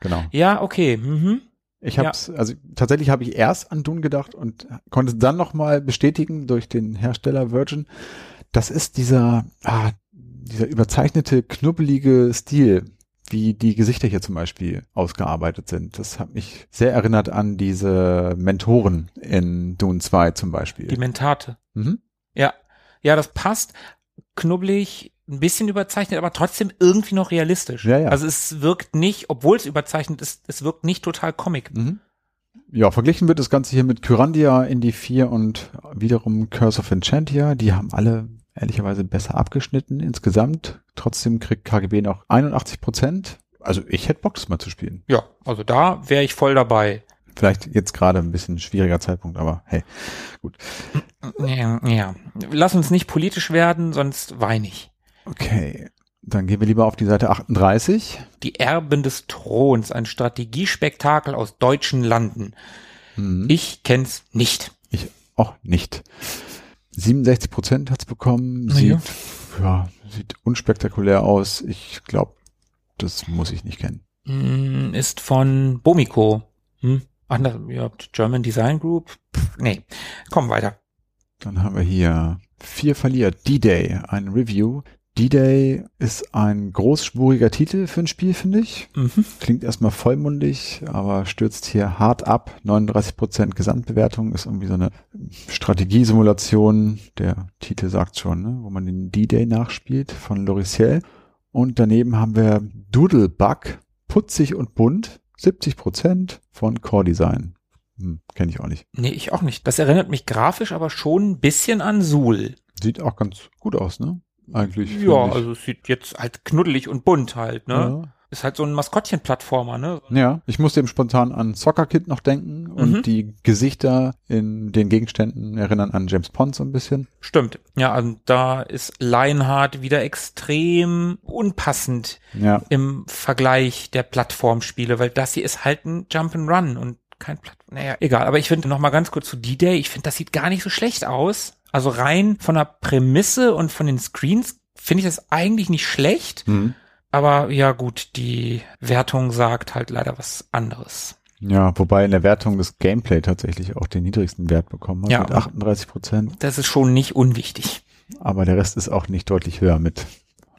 B: Genau.
A: Ja, okay. Mhm.
B: Ich
A: Ja.
B: habe es, also tatsächlich habe ich erst an Dune gedacht und konnte es dann nochmal bestätigen durch den Hersteller Virgin. Das ist dieser, ah, dieser überzeichnete, knubbelige Stil, wie die Gesichter hier zum Beispiel ausgearbeitet sind. Das hat mich sehr erinnert an diese Mentoren in Dune 2 zum
A: Die
B: Beispiel.
A: Mentate.
B: Mhm.
A: Ja, ja, das passt. Knubbelig, ein bisschen überzeichnet, aber trotzdem irgendwie noch realistisch.
B: Ja, ja.
A: Also es wirkt nicht, obwohl es überzeichnet ist, es wirkt nicht total Comic.
B: Mhm. Ja, verglichen wird das Ganze hier mit Kyrandia, Indie 4 und wiederum Curse of Enchantia. Die haben alle ehrlicherweise besser abgeschnitten insgesamt. Trotzdem kriegt KGB noch 81 Prozent. Also ich hätte Bock, das mal zu spielen.
A: Ja, also da wäre ich voll dabei.
B: Vielleicht jetzt gerade ein bisschen schwieriger Zeitpunkt, aber hey.
A: Ja, ja. Lass uns nicht politisch werden, sonst weine ich.
B: Okay, dann gehen wir lieber auf die Seite 38.
A: Die Erben des Throns, ein Strategiespektakel aus deutschen Landen.
B: Hm.
A: Ich kenn's nicht.
B: Ich auch nicht. 67 Prozent hat's bekommen.
A: Na ja.
B: Sieht, ja, sieht unspektakulär aus. Ich glaube, das muss ich nicht kennen.
A: Hm, Ist von Bomiko. Hm? Ach, na, ja, German Design Group? Pff, nee. Komm weiter.
B: Dann haben wir hier vier Verlierer. D-Day, ein Review. D-Day ist ein großspuriger Titel für ein Spiel, finde ich.
A: Mhm.
B: Klingt erstmal vollmundig, aber stürzt hier hart ab. 39% Gesamtbewertung ist irgendwie so eine Strategiesimulation. Der Titel sagt schon, ne? wo man den D-Day nachspielt von Loriciel. Und daneben haben wir Doodlebug, putzig und bunt, 70% von Core Design. Hm, Kenne ich auch nicht.
A: Nee, ich auch nicht. Das erinnert mich grafisch aber schon ein bisschen an Suhl.
B: Sieht auch ganz gut aus, ne? Eigentlich. finde
A: Ja,
B: ich.
A: also es sieht jetzt halt knuddelig und bunt halt, ne? Ist halt so ein Maskottchen-Plattformer, ne?
B: Ja. ja, ich musste eben spontan an Soccer Kid noch denken und
A: Mhm.
B: die Gesichter in den Gegenständen erinnern an James Pond so ein bisschen.
A: Stimmt. Ja, und da ist Lionheart wieder extrem unpassend
B: Ja,
A: im Vergleich der Plattformspiele, weil das hier ist halt ein Jump'n'Run und kein Platt. Naja, egal. Aber ich finde noch mal ganz kurz zu D-Day. Ich finde, das sieht gar nicht so schlecht aus. Also rein von der Prämisse und von den Screens finde ich das eigentlich nicht schlecht.
B: mhm.
A: Aber ja gut, die Wertung sagt halt leider was anderes.
B: ja, wobei in der Wertung das Gameplay tatsächlich auch den niedrigsten Wert bekommen hat
A: Ja.
B: mit 38 Prozent,
A: Das ist schon nicht unwichtig.
B: aber der Rest ist auch nicht deutlich höher mit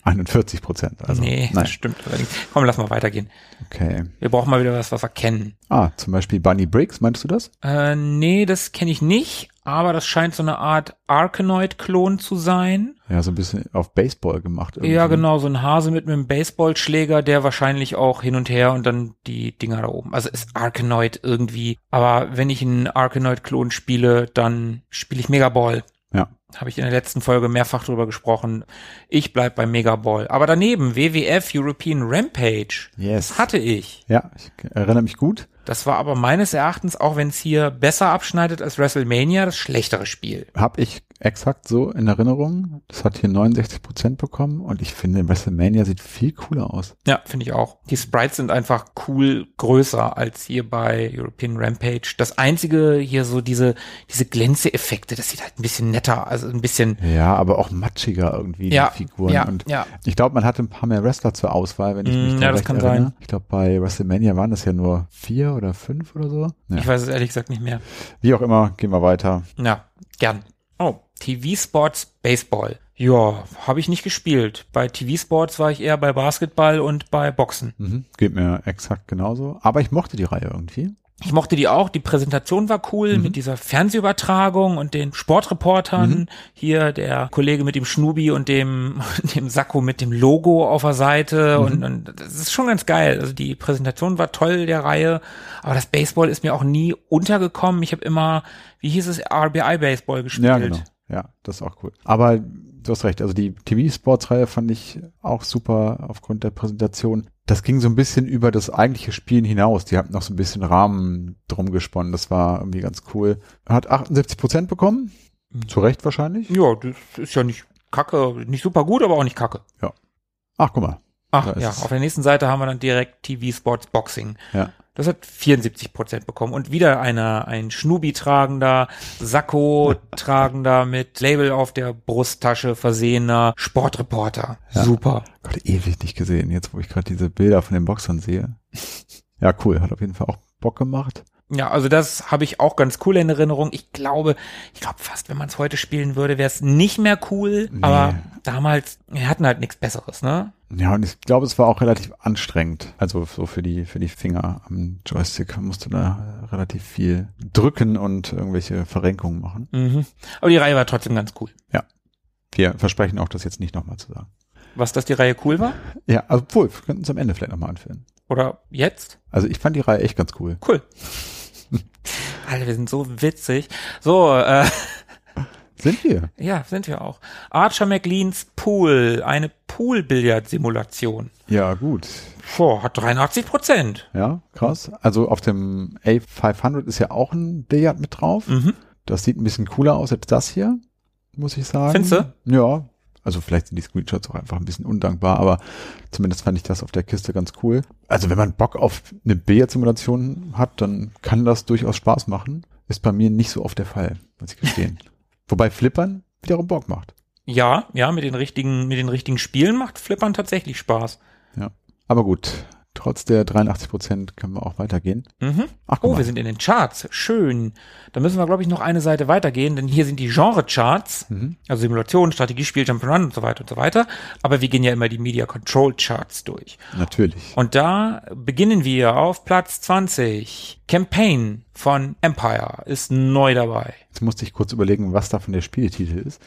B: 41 Prozent. Also,
A: nee,
B: nein.
A: das stimmt allerdings. Komm, lass mal weitergehen.
B: Okay.
A: Wir brauchen mal wieder was, was wir kennen.
B: Ah, zum Beispiel Bunny Briggs, meinst du das?
A: Äh, nee, das kenne ich nicht, aber das scheint so eine Art Arkanoid-Klon zu sein.
B: Ja, so ein bisschen auf Baseball gemacht. irgendwie.
A: Ja, genau, so ein Hase mit einem Baseballschläger, der wahrscheinlich auch hin und her und dann die Dinger da oben. Also ist Arkanoid irgendwie. Aber wenn ich einen Arkanoid-Klon spiele, dann spiele ich Megaball.
B: Ja.
A: Habe ich in der letzten Folge mehrfach drüber gesprochen. Ich bleib bei Megaball. Aber daneben, WWF European Rampage.
B: Yes.
A: Das hatte ich.
B: Ja, ich erinnere mich gut.
A: Das war aber meines Erachtens, auch wenn es hier besser abschneidet als WrestleMania, das schlechtere Spiel.
B: Hab ich exakt so in Erinnerung. Das hat hier 69 Prozent bekommen und ich finde, WrestleMania sieht viel cooler aus.
A: Ja, finde ich auch. Die Sprites sind einfach cool größer als hier bei European Rampage. Das einzige hier so diese, diese Glänzeeffekte, das sieht halt ein bisschen netter, also ein bisschen,
B: Ja, aber auch matschiger irgendwie
A: ja,
B: die Figuren.
A: ja,
B: und
A: ja.
B: ich glaube, man hatte ein paar mehr Wrestler zur Auswahl, wenn ich mich
A: Mm,
B: da
A: ja, das
B: recht
A: kann
B: erinnere.
A: sein.
B: Ich glaube, bei WrestleMania waren das ja nur vier oder fünf oder so. Ja.
A: Ich weiß es ehrlich gesagt nicht mehr.
B: Wie auch immer, gehen wir weiter.
A: Ja, gern. Oh, TV Sports Baseball. Ja, habe ich nicht gespielt. Bei TV Sports war ich eher bei Basketball und bei Boxen.
B: Mhm. Geht mir exakt genauso. Aber ich mochte die Reihe irgendwie.
A: Ich mochte die auch. Die Präsentation war cool
B: Mhm.
A: mit dieser Fernsehübertragung und den Sportreportern.
B: Mhm.
A: Hier der Kollege mit dem Schnubi und dem, dem Sakko mit dem Logo auf der Seite.
B: Mhm.
A: Und, und das ist schon ganz geil. Also die Präsentation war toll der Reihe. Aber das Baseball ist mir auch nie untergekommen. Ich habe immer, wie hieß es, RBI Baseball gespielt.
B: Ja, genau. Ja, das ist auch cool. Aber du hast recht, also die TV-Sports-Reihe fand ich auch super aufgrund der Präsentation. Das ging so ein bisschen über das eigentliche Spielen hinaus. Die haben noch so ein bisschen Rahmen drum gesponnen. Das war irgendwie ganz cool. Hat 78 Prozent bekommen. Zu Recht wahrscheinlich.
A: Ja, das ist ja nicht kacke. Nicht super gut, aber auch nicht kacke.
B: Ach, guck mal. Da
A: Ach
B: ist
A: ja,
B: es.
A: auf der nächsten Seite haben wir dann direkt TV Sports Boxing.
B: Ja.
A: Das hat 74 Prozent bekommen. Und wieder einer, ein Schnubi-tragender, Sakko-tragender mit Label auf der Brusttasche versehener Sportreporter.
B: Ja.
A: Super.
B: Gott, ewig nicht gesehen. Jetzt, wo ich gerade diese Bilder von den Boxern sehe. Ja, cool. Hat auf jeden Fall auch Bock gemacht.
A: Ja, also das habe ich auch ganz cool in Erinnerung. Ich glaube, ich glaube fast, wenn man es heute spielen würde, wäre es nicht mehr cool.
B: Nee.
A: Aber damals, wir hatten halt nichts Besseres, ne?
B: Ja, und ich glaube, es war auch relativ anstrengend. Also so für die, für die Finger am Joystick musste da äh, relativ viel drücken und irgendwelche Verrenkungen machen.
A: Mhm. Aber die Reihe war trotzdem ganz cool.
B: Wir versprechen auch, das jetzt nicht nochmal zu sagen.
A: Was, dass die Reihe cool war?
B: Ja, also, obwohl, wir könnten es am Ende vielleicht nochmal anführen.
A: Oder jetzt?
B: Also ich fand die Reihe echt ganz cool.
A: Cool. Alter, wir sind so witzig. So, äh,
B: Sind wir?
A: ja, sind wir auch. Archer McLeans Pool, eine Pool-Billard-Simulation.
B: Ja, gut.
A: Boah, hat 83 Prozent.
B: Ja, krass. Also auf dem A500 ist ja auch ein Billard mit drauf.
A: Mhm.
B: Das sieht ein bisschen cooler aus als das hier, muss ich sagen.
A: Findest du?
B: Ja. Also vielleicht sind die Screenshots auch einfach ein bisschen undankbar, aber zumindest fand ich das auf der Kiste ganz cool. Also wenn man Bock auf eine Billard-Simulation hat, dann kann das durchaus Spaß machen. Ist bei mir nicht so oft der Fall, muss ich gestehen. Wobei Flippern wiederum Bock macht.
A: Ja, ja, mit den richtigen, mit den richtigen Spielen macht Flippern tatsächlich Spaß.
B: Aber gut, trotz der 83 Prozent können wir auch weitergehen.
A: Mhm.
B: Ach, guck
A: Oh,
B: mal.
A: wir sind in den Charts. Schön. Da müssen wir, glaube ich, noch eine Seite weitergehen, denn hier sind die Genre-Charts.
B: Mhm.
A: Also Simulation, Strategiespiel, Jump'n'Run und so weiter und so weiter. Aber wir gehen ja immer die Media Control Charts durch.
B: Natürlich.
A: Und da beginnen wir auf Platz 20. Campaign von Empire ist neu dabei.
B: Jetzt musste ich kurz überlegen, was davon der Spieltitel ist.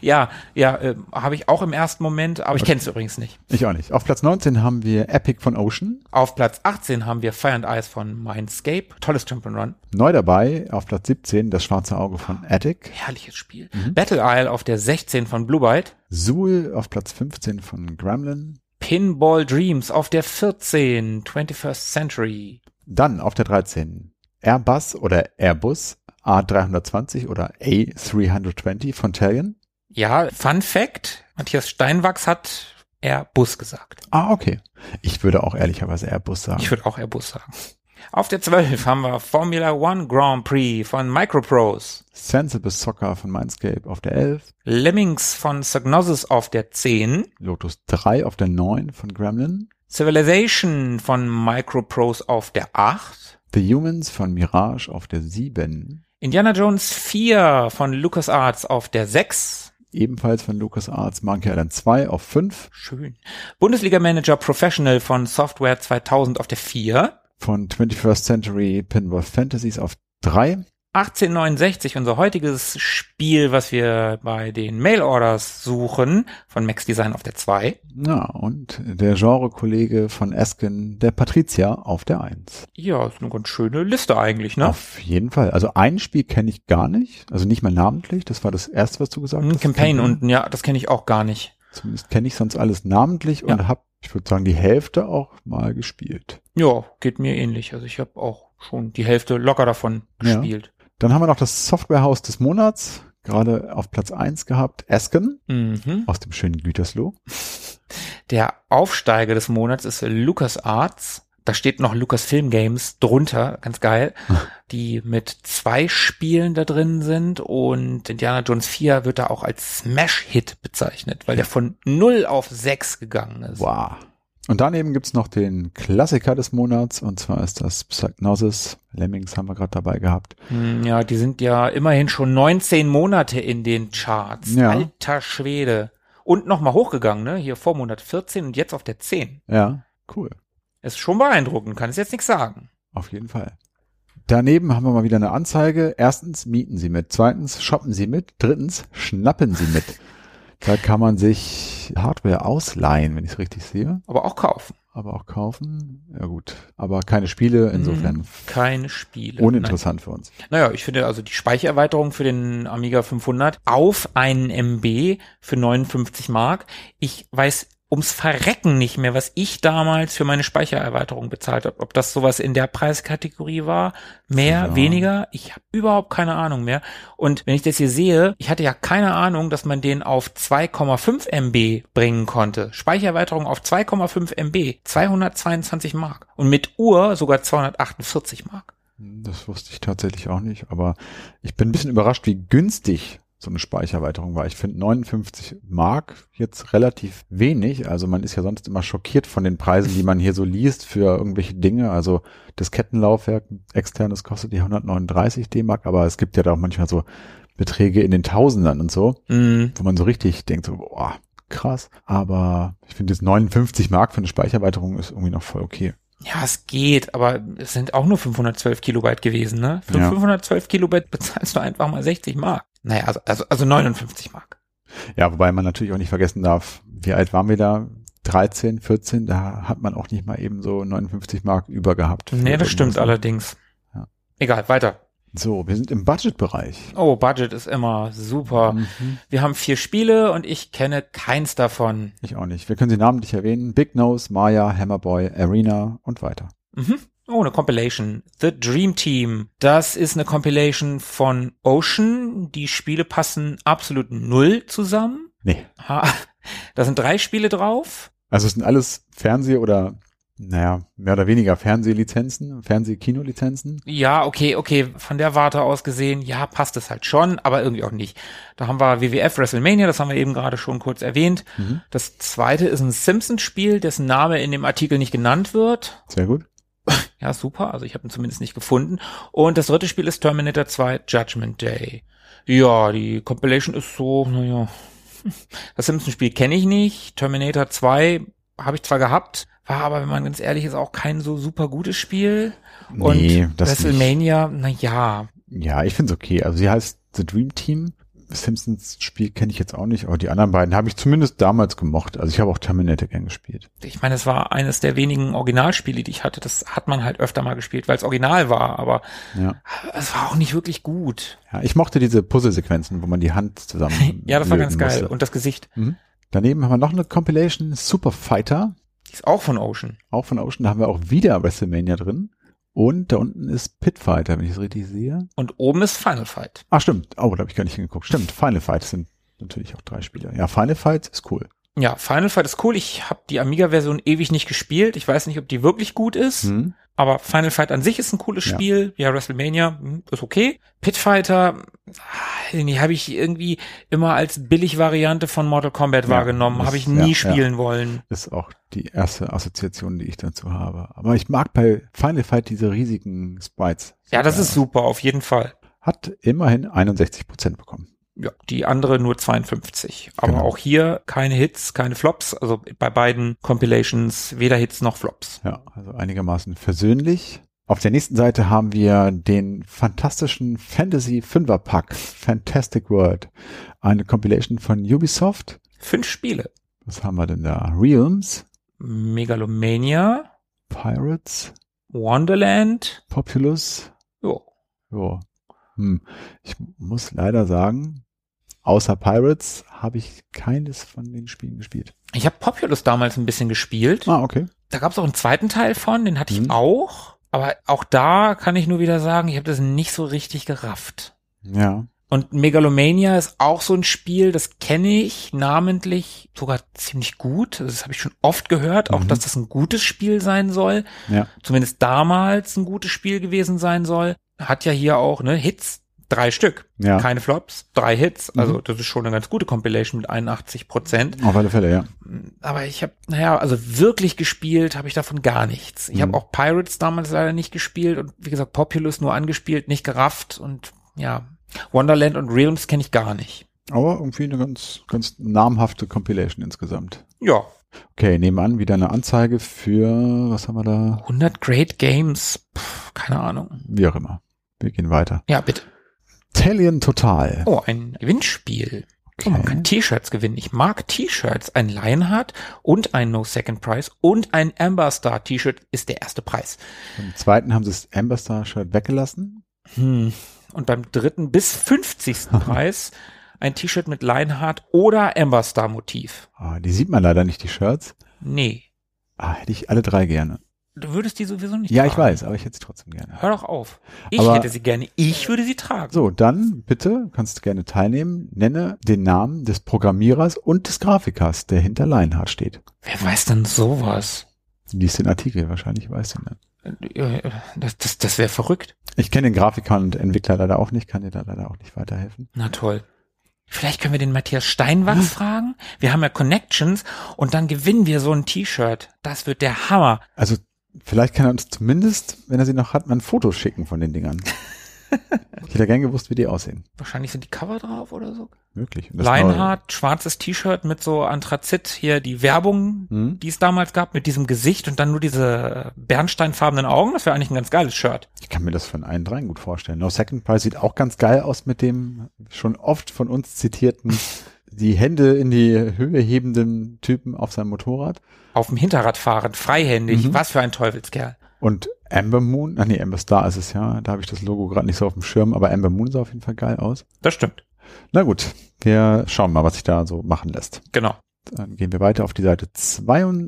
A: Ja, ja, äh, habe ich auch im ersten Moment, aber ich kenne es übrigens nicht.
B: Ich auch nicht. Auf Platz 19 haben wir Epic von Ocean.
A: Auf Platz 18 haben wir Fire and Ice von Mindscape. Tolles Jump'n'Run.
B: Neu dabei auf Platz 17 das schwarze Auge von Attic.
A: Herrliches Spiel. Battle Isle auf der 16 von Blue Byte.
B: Zool auf Platz 15 von Gremlin.
A: Pinball Dreams auf der 14. 21st Century.
B: Dann auf der 13 Airbus oder Airbus A320 oder A320 von Talion.
A: Ja, Fun Fact. Matthias Steinwachs hat Airbus gesagt.
B: Ah, okay. Ich würde auch ehrlicherweise Airbus sagen.
A: Ich würde auch Airbus sagen. Auf der 12 haben wir Formula One Grand Prix von Microprose,
B: Sensible Soccer von Mindscape auf der 11.
A: Lemmings von Psygnosis auf der 10,
B: Lotus 3 auf der 9 von Gremlin.
A: Civilization von Microprose auf der 8,
B: The Humans von Mirage auf der 7.
A: Indiana Jones 4 von LucasArts auf der 6,
B: Ebenfalls von LucasArts Monkey Island 2 auf 5.
A: schön, Bundesliga Manager Professional von Software 2000 auf der 4,
B: Von 21st Century Pinball Fantasies auf 3.
A: 1869, unser heutiges Spiel, was wir bei den Mail Orders suchen, von Max Design auf der 2.
B: Ja, und der Genrekollege von Eskin, der Patricia, auf der 1.
A: Ja, ist eine ganz schöne Liste eigentlich, ne?
B: Auf jeden Fall. Also ein Spiel kenne ich gar nicht. Also nicht mal namentlich. Das war das erste, was du gesagt
A: Ein
B: hast.
A: Hm, Campaign unten, ja, das kenne ich auch gar nicht.
B: Zumindest kenne ich sonst alles namentlich und habe, ich würde sagen, die Hälfte auch mal gespielt.
A: Ja, geht mir ähnlich. Also ich habe auch schon die Hälfte locker davon
B: Ja.
A: gespielt.
B: Dann haben wir noch das Softwarehaus des Monats, gerade auf Platz 1 gehabt, Esken
A: Mhm.
B: aus dem schönen Gütersloh.
A: Der Aufsteiger des Monats ist LucasArts. Da steht noch Lucasfilm Games drunter, ganz geil, die mit zwei Spielen da drin sind und Indiana Jones 4 wird da auch als Smash-Hit bezeichnet, weil der von 0 auf 6 gegangen ist.
B: Wow. Und daneben gibt's noch den Klassiker des Monats, und zwar ist das Psychnosis. Lemmings haben wir gerade dabei gehabt.
A: Hm, Ja, die sind ja immerhin schon 19 Monate in den Charts.
B: Ja.
A: Alter Schwede. Und nochmal hochgegangen, ne? Hier vor Monat 14 und jetzt auf der 10.
B: Ja, cool.
A: Ist schon beeindruckend, kann es jetzt nichts sagen.
B: Auf jeden Fall. Daneben haben wir mal wieder eine Anzeige. Erstens mieten Sie mit, zweitens shoppen Sie mit, drittens schnappen Sie mit. Da kann man sich Hardware ausleihen, wenn ich es richtig sehe,
A: Aber auch kaufen.
B: aber auch kaufen. Ja gut, aber keine Spiele insofern
A: Keine Spiele. Mhm. Nein.
B: uninteressant für uns.
A: Naja, ich finde also die Speichererweiterung für den Amiga 500 auf einen MB für 59 Mark. Ich weiß ums Verrecken nicht mehr, was ich damals für meine Speichererweiterung bezahlt habe. Ob das sowas in der Preiskategorie war, mehr,
B: Ja.
A: weniger, ich habe überhaupt keine Ahnung mehr. Und wenn ich das hier sehe, ich hatte ja keine Ahnung, dass man den auf 2,5 MB bringen konnte. Speichererweiterung auf 2,5 MB, 222 Mark. Und mit Uhr sogar 248 Mark.
B: Das wusste ich tatsächlich auch nicht, aber ich bin ein bisschen überrascht, wie günstig so eine Speichererweiterung war. Ich finde 59 Mark jetzt relativ wenig. Also man ist ja sonst immer schockiert von den Preisen, die man hier so liest für irgendwelche Dinge. Also das Kettenlaufwerk externes kostet die 139 D-Mark, aber es gibt ja da auch manchmal so Beträge in den Tausendern und so,
A: Mm.
B: wo man so richtig denkt, so, boah, krass. Aber ich finde jetzt 59 Mark für eine Speichererweiterung ist irgendwie noch voll okay.
A: Ja, es geht, aber es sind auch nur 512 Kilobyte gewesen, ne? Für
B: Ja.
A: 512 Kilobyte bezahlst du einfach mal 60 Mark. Naja, also, also, also 59 Mark.
B: Ja, wobei man natürlich auch nicht vergessen darf, wie alt waren wir da? 13, 14, da hat man auch nicht mal eben so 59 Mark über gehabt. für
A: Nee, das stimmt
B: irgendwas.
A: allerdings.
B: Ja.
A: Egal, weiter.
B: So, wir sind im Budgetbereich.
A: Oh, Budget ist immer super.
B: Mhm.
A: Wir haben vier Spiele und ich kenne keins davon.
B: Ich auch nicht. Wir können sie namentlich erwähnen. Big Nose, Maya, Hammerboy, Arena und weiter.
A: Mhm. Oh, eine Compilation. The Dream Team. Das ist eine Compilation von Ocean. Die Spiele passen absolut null zusammen.
B: Nee.
A: Ha, da sind drei Spiele drauf.
B: Also es sind alles Fernseh- oder, naja, mehr oder weniger Fernsehlizenzen, Fernseh-Kinolizenzen.
A: Ja, okay, okay, von der Warte aus gesehen, ja, passt es halt schon, aber irgendwie auch nicht. Da haben wir WWF WrestleMania, das haben wir eben gerade schon kurz erwähnt.
B: Mhm.
A: Das zweite ist ein Simpsons-Spiel, dessen Name in dem Artikel nicht genannt wird.
B: Sehr gut.
A: Ja, super, also ich habe ihn zumindest nicht gefunden. Und das dritte Spiel ist Terminator 2 Judgment Day. Ja, die Compilation ist so, naja. Das Simpsons-Spiel kenne ich nicht. Terminator 2 habe ich zwar gehabt, war aber, wenn man ganz ehrlich ist, auch kein so super gutes Spiel. Und
B: Nee, das nicht.
A: WrestleMania, na ja,
B: Ja, ich find's okay. Also sie heißt The Dream Team. Simpsons Spiel kenne ich jetzt auch nicht, aber die anderen beiden habe ich zumindest damals gemocht. Also ich habe auch Terminator gern gespielt.
A: ich meine, es war eines der wenigen Originalspiele, die ich hatte. Das hat man halt öfter mal gespielt, weil es original war, aber
B: Ja.
A: es war auch nicht wirklich gut.
B: ja ich mochte diese Puzzlesequenzen, wo man die Hand zusammen.
A: Ja, das war ganz
B: löten
A: geil.
B: musste.
A: Und das Gesicht,
B: Daneben haben wir noch eine Compilation, Super Fighter,
A: die ist auch von Ocean.
B: auch von Ocean. Da haben wir auch wieder WrestleMania drin. Und da unten ist Pit Fighter, wenn ich es richtig sehe.
A: Und oben ist Final Fight.
B: Ah, stimmt. Oh, da habe ich gar nicht hingeguckt. Stimmt, Final Fight sind natürlich auch drei Spiele. Ja, Final Fight ist cool.
A: Ja, Final Fight ist cool. Ich habe die Amiga-Version ewig nicht gespielt. Ich weiß nicht, ob die wirklich gut ist.
B: Hm?
A: Aber Final Fight an sich ist ein cooles
B: Ja.
A: Spiel. Ja, WrestleMania hm, ist okay. Pit Fighter, die habe ich irgendwie immer als Billig-Variante von Mortal Kombat
B: Ja,
A: wahrgenommen.
B: das-
A: Habe ich
B: ja,
A: nie
B: ja.
A: spielen wollen.
B: ist auch die erste Assoziation, die ich dazu habe. Aber ich mag bei Final Fight diese riesigen Sprites.
A: Ja, das ist super, auf jeden Fall.
B: Hat immerhin 61 Prozent bekommen.
A: Ja, die andere nur 52. Aber
B: Genau.
A: auch hier keine Hits, keine Flops. Also bei beiden Compilations weder Hits noch Flops.
B: Ja, also einigermaßen versöhnlich. Auf der nächsten Seite haben wir den fantastischen Fantasy Fünfer Pack, Fantastic World. Eine Compilation von Ubisoft.
A: Fünf Spiele.
B: Was haben wir denn da? Realms,
A: Megalomania,
B: Pirates,
A: Wonderland.
B: Populous.
A: Jo.
B: Ja. Hm. Ich muss leider sagen, außer Pirates habe ich keines von den Spielen gespielt.
A: Ich habe Populous damals ein bisschen gespielt.
B: Ah, okay.
A: Da gab es auch einen zweiten Teil von, den hatte ich
B: Mhm.
A: auch. Aber auch da kann ich nur wieder sagen, ich habe das nicht so richtig gerafft.
B: Ja.
A: Und Megalomania ist auch so ein Spiel, das kenne ich namentlich sogar ziemlich gut. Das habe ich schon oft gehört, auch
B: Mhm.
A: dass das ein gutes Spiel sein soll.
B: Ja.
A: Zumindest damals ein gutes Spiel gewesen sein soll. Hat ja hier auch ne Hits, drei Stück,
B: Ja.
A: keine Flops, drei Hits. Also
B: Mhm.
A: das ist schon eine ganz gute Compilation mit 81 Prozent.
B: Auf alle Fälle, ja.
A: aber ich habe, naja, also wirklich gespielt habe ich davon gar nichts. Ich hab
B: Mhm.
A: habe auch Pirates damals leider nicht gespielt und wie gesagt, Populous nur angespielt, nicht gerafft und ja, Wonderland und Realms kenne ich gar nicht.
B: Aber irgendwie eine ganz, ganz namhafte Compilation insgesamt.
A: Ja,
B: Okay, nehmen an, wieder eine Anzeige für, was haben wir da?
A: 100 Great Games, pff, keine Ahnung.
B: Wie auch immer. Wir gehen weiter.
A: Ja, bitte.
B: Talion Total.
A: Oh, ein Gewinnspiel. Oh, man
B: Okay.
A: kann T-Shirts gewinnen. Ich mag T-Shirts. Ein Lionheart und ein No Second Prize und ein Amber Star T-Shirt ist der erste Preis.
B: Im zweiten haben sie das Amber Star Shirt weggelassen.
A: Hm. Und beim dritten bis 50. Preis ein T-Shirt mit Lionheart oder Amber Star Motiv.
B: Ah, die sieht man leider nicht, die Shirts.
A: Nee,
B: Ah, hätte ich alle drei gerne.
A: du würdest die sowieso nicht
B: Ja,
A: tragen.
B: ich weiß, aber ich hätte sie trotzdem gerne.
A: Hör doch auf. Ich
B: Aber-
A: hätte sie gerne. Ich würde sie tragen.
B: So, dann bitte, kannst du gerne teilnehmen, nenne den Namen des Programmierers und des Grafikers, der hinter Lionheart steht.
A: Wer weiß denn sowas?
B: Lies den Artikel, wahrscheinlich weißt du ne?
A: Äh, Das, das, das wäre verrückt.
B: Ich kenne den Grafiker und Entwickler leider auch nicht, kann dir da leider auch nicht weiterhelfen.
A: Na toll. Vielleicht können wir den Matthias
B: Hm.
A: Steinwachs fragen. Wir haben ja Connections und dann gewinnen wir so ein T-Shirt. Das wird der Hammer.
B: Also, vielleicht kann er uns zumindest, wenn er sie noch hat, mal ein Foto schicken von den Dingern. ich hätte gern gewusst, wie die aussehen.
A: Wahrscheinlich sind die Cover drauf oder so.
B: Möglich. Und das
A: Leinhardt, schwarzes T-Shirt mit so Anthrazit hier die Werbung,
B: Neue, hm?
A: die es damals gab, mit diesem Gesicht und dann nur diese äh, bernsteinfarbenen Augen. Das wäre eigentlich ein ganz geiles Shirt.
B: Ich kann mir das von allen dreien gut vorstellen. No Second Prize sieht auch ganz geil aus mit dem schon oft von uns zitierten, die Hände in die Höhe hebenden Typen auf seinem Motorrad.
A: Auf dem Hinterrad fahrend, freihändig.
B: Mhm.
A: Was für ein Teufelskerl.
B: Und Amber Moon, ach nee, Amber Star ist es ja, da habe ich das Logo gerade nicht so auf dem Schirm, aber Amber Moon sah auf jeden Fall geil aus.
A: Das stimmt.
B: Na gut, wir schauen mal, was sich da so machen lässt.
A: Genau.
B: Dann gehen wir weiter auf die Seite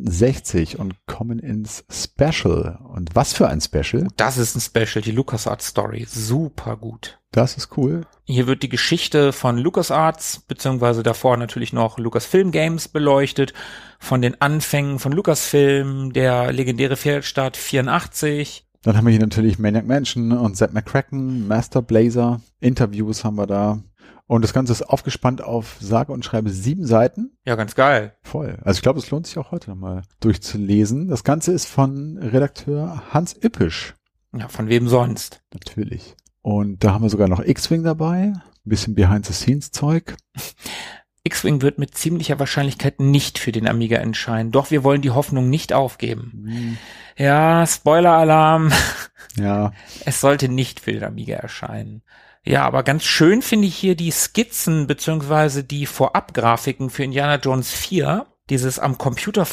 B: 62 und kommen ins Special. Und was für ein Special?
A: Das ist ein Special, die LucasArts Story. Super gut.
B: Das ist cool.
A: Hier wird die Geschichte von LucasArts, beziehungsweise davor natürlich noch Lucasfilm Games beleuchtet, von den Anfängen von Lucasfilm, der legendäre Fehlstart 84,
B: Dann haben wir hier natürlich Maniac Mansion und Zed McCracken, Master Blazer, Interviews haben wir da. Und das Ganze ist aufgespannt auf sage und schreibe sieben Seiten.
A: Ja, ganz geil.
B: Voll. Also ich glaube, es lohnt sich auch heute nochmal durchzulesen. Das Ganze ist von Redakteur Hans Ippisch.
A: Ja, von wem sonst?
B: Natürlich. Und da haben wir sogar noch X-Wing dabei. Ein bisschen Behind-the-Scenes-Zeug.
A: X-Wing wird mit ziemlicher Wahrscheinlichkeit nicht für den Amiga entscheiden. Doch wir wollen die Hoffnung nicht aufgeben.
B: Hm,
A: Ja, Spoiler-Alarm.
B: Ja,
A: Es sollte nicht für den Amiga erscheinen. Ja, aber ganz schön finde ich hier die Skizzen beziehungsweise die Vorabgrafiken für Indiana Jones 4. Dieses am Computer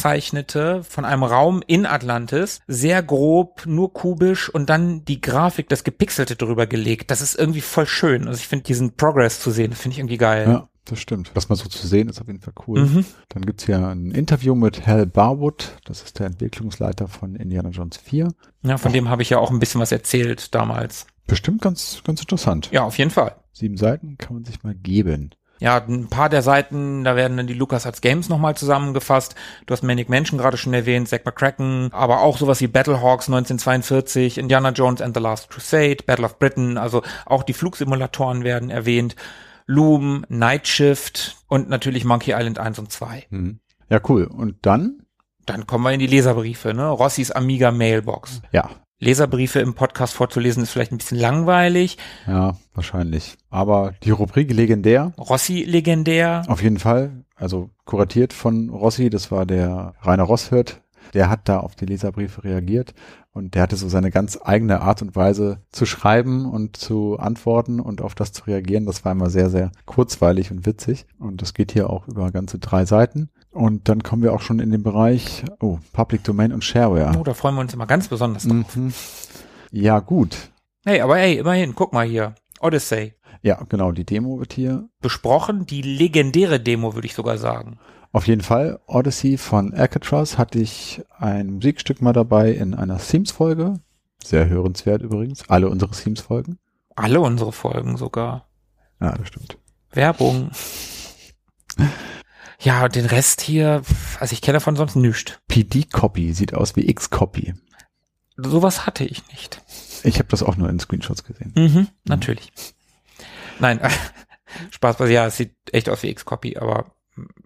A: vorgezeichnete von einem Raum in Atlantis, sehr grob, nur kubisch und dann die Grafik, das Gepixelte drüber gelegt. Das ist irgendwie voll schön. Also ich finde diesen Progress zu sehen, finde ich irgendwie geil.
B: ja, das stimmt. Das mal so zu sehen, ist auf jeden Fall cool.
A: Äh. Mhm.
B: Dann gibt's hier ein Interview mit Hal Barwood. Das ist der Entwicklungsleiter von Indiana Jones 4.
A: Ja, von dem habe ich ja auch ein bisschen was erzählt damals.
B: Bestimmt ganz, ganz interessant.
A: Ja, auf jeden Fall.
B: Sieben Seiten kann man sich mal geben.
A: Ja, ein paar der Seiten, da werden dann die LucasArts Games nochmal zusammengefasst. Du hast Manic Mansion gerade schon erwähnt, Zack McCracken, aber auch sowas wie Battlehawks 1942, Indiana Jones and the Last Crusade, Battle of Britain, also auch die Flugsimulatoren werden erwähnt, Loom, Night Shift und natürlich Monkey Island 1 und 2.
B: Hm. Ja, cool. Und dann?
A: Dann kommen wir in die Leserbriefe, ne? Rossis Amiga Mailbox.
B: Ja,
A: Leserbriefe im Podcast vorzulesen ist vielleicht ein bisschen langweilig.
B: ja, wahrscheinlich. Aber die Rubrik legendär.
A: Rossi legendär.
B: Auf jeden Fall. Also kuratiert von Rossi, das war der Rainer Rosshirt. Der hat da auf die Leserbriefe reagiert und der hatte so seine ganz eigene Art und Weise zu schreiben und zu antworten und auf das zu reagieren. Das war immer sehr, sehr kurzweilig und witzig. Und das geht hier auch über ganze drei Seiten. Und dann kommen wir auch schon in den Bereich oh, Public Domain und Shareware.
A: Oh, da freuen wir uns immer ganz besonders drauf.
B: Mhm. Ja, gut.
A: Hey, aber hey, immerhin, guck mal hier. Odyssey.
B: Ja, genau, die Demo wird hier
A: besprochen. Die legendäre Demo, würde ich sogar sagen.
B: Auf jeden Fall, Odyssey von Alcatraz hatte ich ein Musikstück mal dabei in einer Themes-Folge. Sehr hörenswert übrigens. Alle unsere Themes-Folgen.
A: Alle unsere Folgen sogar.
B: Ja, das stimmt.
A: Werbung. Ja, und den Rest hier, pf, also ich kenne davon sonst nichts.
B: PD-Copy sieht aus wie X-Copy.
A: Sowas hatte ich nicht.
B: Ich habe das auch nur in Screenshots gesehen.
A: Mhm, natürlich. Nein, Spaß, beiseite. ja, es sieht echt aus wie X-Copy, aber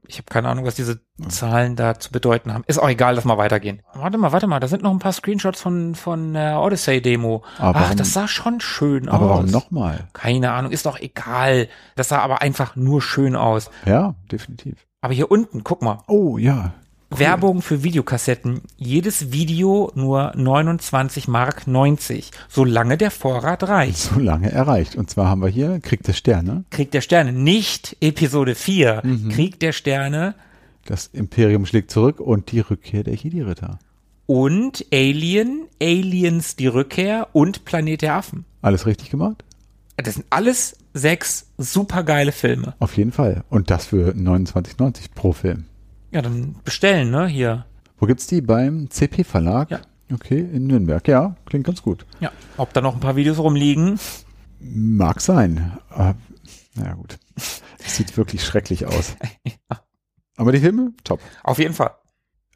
A: ich habe keine Ahnung, was diese Zahlen da zu bedeuten haben. Ist auch egal, lass mal weitergehen. Warte mal, warte mal, da sind noch ein paar Screenshots von, von der Odyssey-Demo.
B: Aber
A: Ach,
B: warum-
A: das sah schon schön aus.
B: Aber warum nochmal?
A: Keine Ahnung, ist doch egal. Das sah aber einfach nur schön aus.
B: Ja, definitiv.
A: Aber hier unten, guck mal,
B: Oh ja,
A: Werbung für Videokassetten. Jedes Video nur 29 Mark 90, solange der Vorrat reicht.
B: Solange erreicht. Und zwar haben wir hier Krieg der Sterne,
A: Krieg der Sterne, nicht Episode 4.
B: Mhm.
A: Krieg der Sterne
B: das Imperium schlägt zurück und die Rückkehr der Chidi-Ritter.
A: und Alien, Aliens die Rückkehr und Planet der Affen.
B: Alles richtig gemacht?
A: Das sind alles sechs supergeile Filme.
B: Auf jeden Fall. Und das für 29,90 pro Film.
A: Ja, dann bestellen, ne, hier.
B: Wo gibt's die? Beim CP Verlag?
A: Ja.
B: Okay, in Nürnberg. Ja, klingt ganz gut.
A: Ja, ob da noch ein paar Videos rumliegen.
B: Mag sein. Aber, naja, gut. Es sieht wirklich schrecklich aus. Aber die Filme? Top.
A: Auf jeden Fall.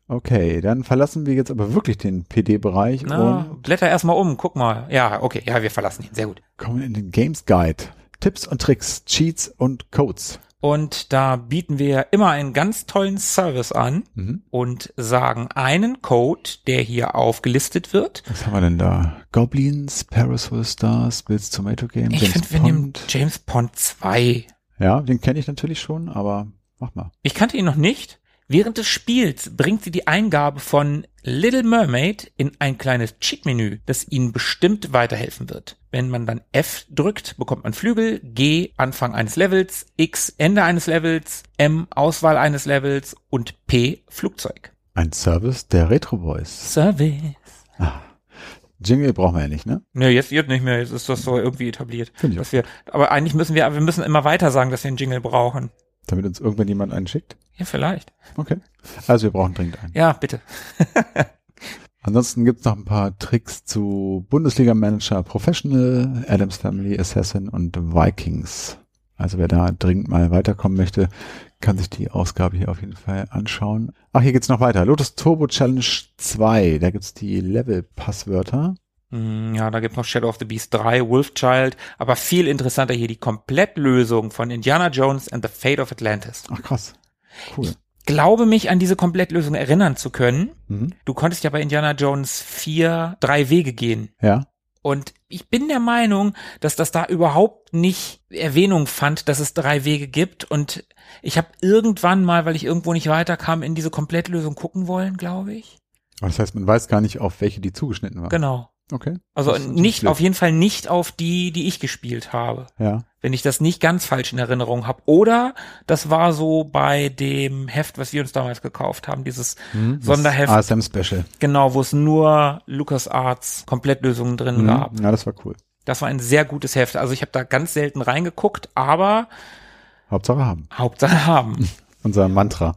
B: Okay, dann verlassen wir jetzt aber wirklich den PD-Bereich
A: Na,
B: und
A: blätter erstmal um, guck mal. Ja, okay, ja, wir verlassen ihn. Sehr gut.
B: kommen in den Games Guide. Tipps und Tricks, Cheats und Codes.
A: Und da bieten wir immer einen ganz tollen Service an
B: Mhm.
A: und sagen einen Code, der hier aufgelistet wird.
B: Was haben wir denn da? Goblins, Parasol Stars, Bills Tomato Game,
A: Ich finde, wir nehmen James Pond 2.
B: Ja, den kenne ich natürlich schon, aber mach mal.
A: Ich kannte ihn noch nicht. Während des Spiels bringt sie die Eingabe von Little Mermaid in ein kleines Cheat-Menü, das Ihnen bestimmt weiterhelfen wird. Wenn man dann F drückt, bekommt man Flügel, G Anfang eines Levels, X Ende eines Levels, M Auswahl eines Levels und P Flugzeug.
B: Ein Service der Retro Boys.
A: Service.
B: Jingle brauchen wir ja nicht, ne?
A: Ne, jetzt wird nicht mehr, jetzt ist das so irgendwie etabliert.
B: Finde ich auch.
A: Dass wir, aber eigentlich müssen wir, wir müssen immer weiter sagen, dass wir einen Jingle brauchen.
B: Damit uns irgendwann jemand einen schickt.
A: Ja, vielleicht.
B: Okay. Also wir brauchen dringend einen.
A: Ja, bitte.
B: Ansonsten gibt's noch ein paar Tricks zu Bundesliga Manager Professional, Adams Family Assassin und Vikings. Also wer da dringend mal weiterkommen möchte, kann sich die Ausgabe hier auf jeden Fall anschauen. Ach, hier geht's noch weiter. Lotus Turbo Challenge 2. Da gibt's die Level-Passwörter.
A: Hm, Ja, da gibt's noch Shadow of the Beast 3, Wolfchild, aber viel interessanter hier die Komplettlösung von Indiana Jones and the Fate of Atlantis.
B: Ach krass. Cool.
A: Glaube mich an diese Komplettlösung erinnern zu können.
B: Mhm.
A: Du konntest ja bei Indiana Jones 4 drei Wege gehen.
B: Ja.
A: Und ich bin der Meinung, dass das da überhaupt nicht Erwähnung fand, dass es drei Wege gibt. Und ich habe irgendwann mal, weil ich irgendwo nicht weiterkam, in diese Komplettlösung gucken wollen, glaube ich.
B: Aber das heißt, man weiß gar nicht, auf welche die zugeschnitten war.
A: Genau.
B: Okay.
A: Also
B: Das ist
A: nicht,
B: blöd.
A: auf jeden Fall nicht auf die, die ich gespielt habe.
B: Ja.
A: wenn ich das nicht ganz falsch in Erinnerung habe. Oder das war so bei dem Heft, was wir uns damals gekauft haben, dieses
B: Mhm.
A: Sonderheft,
B: ASM Special.
A: genau, wo es nur LucasArts Komplettlösungen
B: Hm.
A: drin gab.
B: Mhm. Ja, das war cool.
A: Das war ein sehr gutes Heft. Also ich habe da ganz selten reingeguckt, aber
B: Hauptsache haben.
A: Hauptsache haben.
B: Unser Mantra.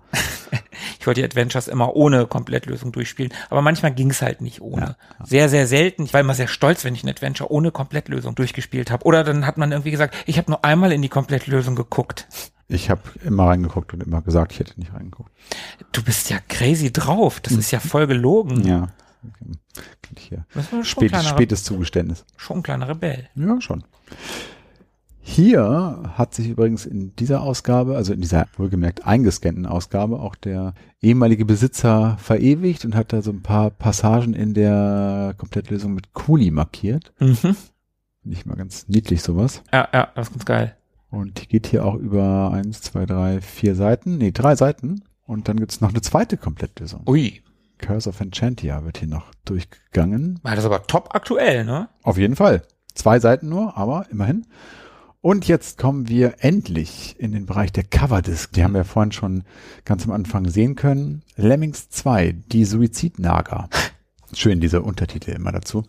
A: Ich wollte die Adventures immer ohne Komplettlösung durchspielen, aber manchmal ging es halt nicht ohne. Sehr, sehr selten. Ich war immer sehr stolz, wenn ich ein Adventure ohne Komplettlösung durchgespielt habe. Oder dann hat man irgendwie gesagt, ich habe nur einmal in die Komplettlösung geguckt.
B: Ich habe immer reingeguckt und immer gesagt, ich hätte nicht reingeguckt.
A: Du bist ja crazy drauf. Das ist ja voll gelogen.
B: Hm. Ja. Okay. Klingt Hier.
A: Das war schon, ein
B: Spätes,
A: kleiner,
B: spätes Zugeständnis.
A: schon ein kleiner Rebell.
B: Ja, schon. Hier hat sich übrigens in dieser Ausgabe, also in dieser wohlgemerkt eingescannten Ausgabe, auch der ehemalige Besitzer verewigt und hat da so ein paar Passagen in der Komplettlösung mit Kuli markiert.
A: Mhm.
B: Finde ich mal ganz niedlich sowas.
A: Ja, ja, das ist ganz geil.
B: Und die geht hier auch über eins, zwei, drei, vier Seiten. Nee, drei Seiten. Und dann gibt's noch eine zweite Komplettlösung.
A: Ui.
B: Curse of Enchantia wird hier noch durchgegangen.
A: Ja, Das ist aber top aktuell, ne?
B: Auf jeden Fall. Zwei Seiten nur, aber immerhin. Und jetzt kommen wir endlich in den Bereich der Coverdisc. Die haben wir vorhin schon ganz am Anfang sehen können. Lemmings 2, die Suizidnager. Schön diese Untertitel immer dazu.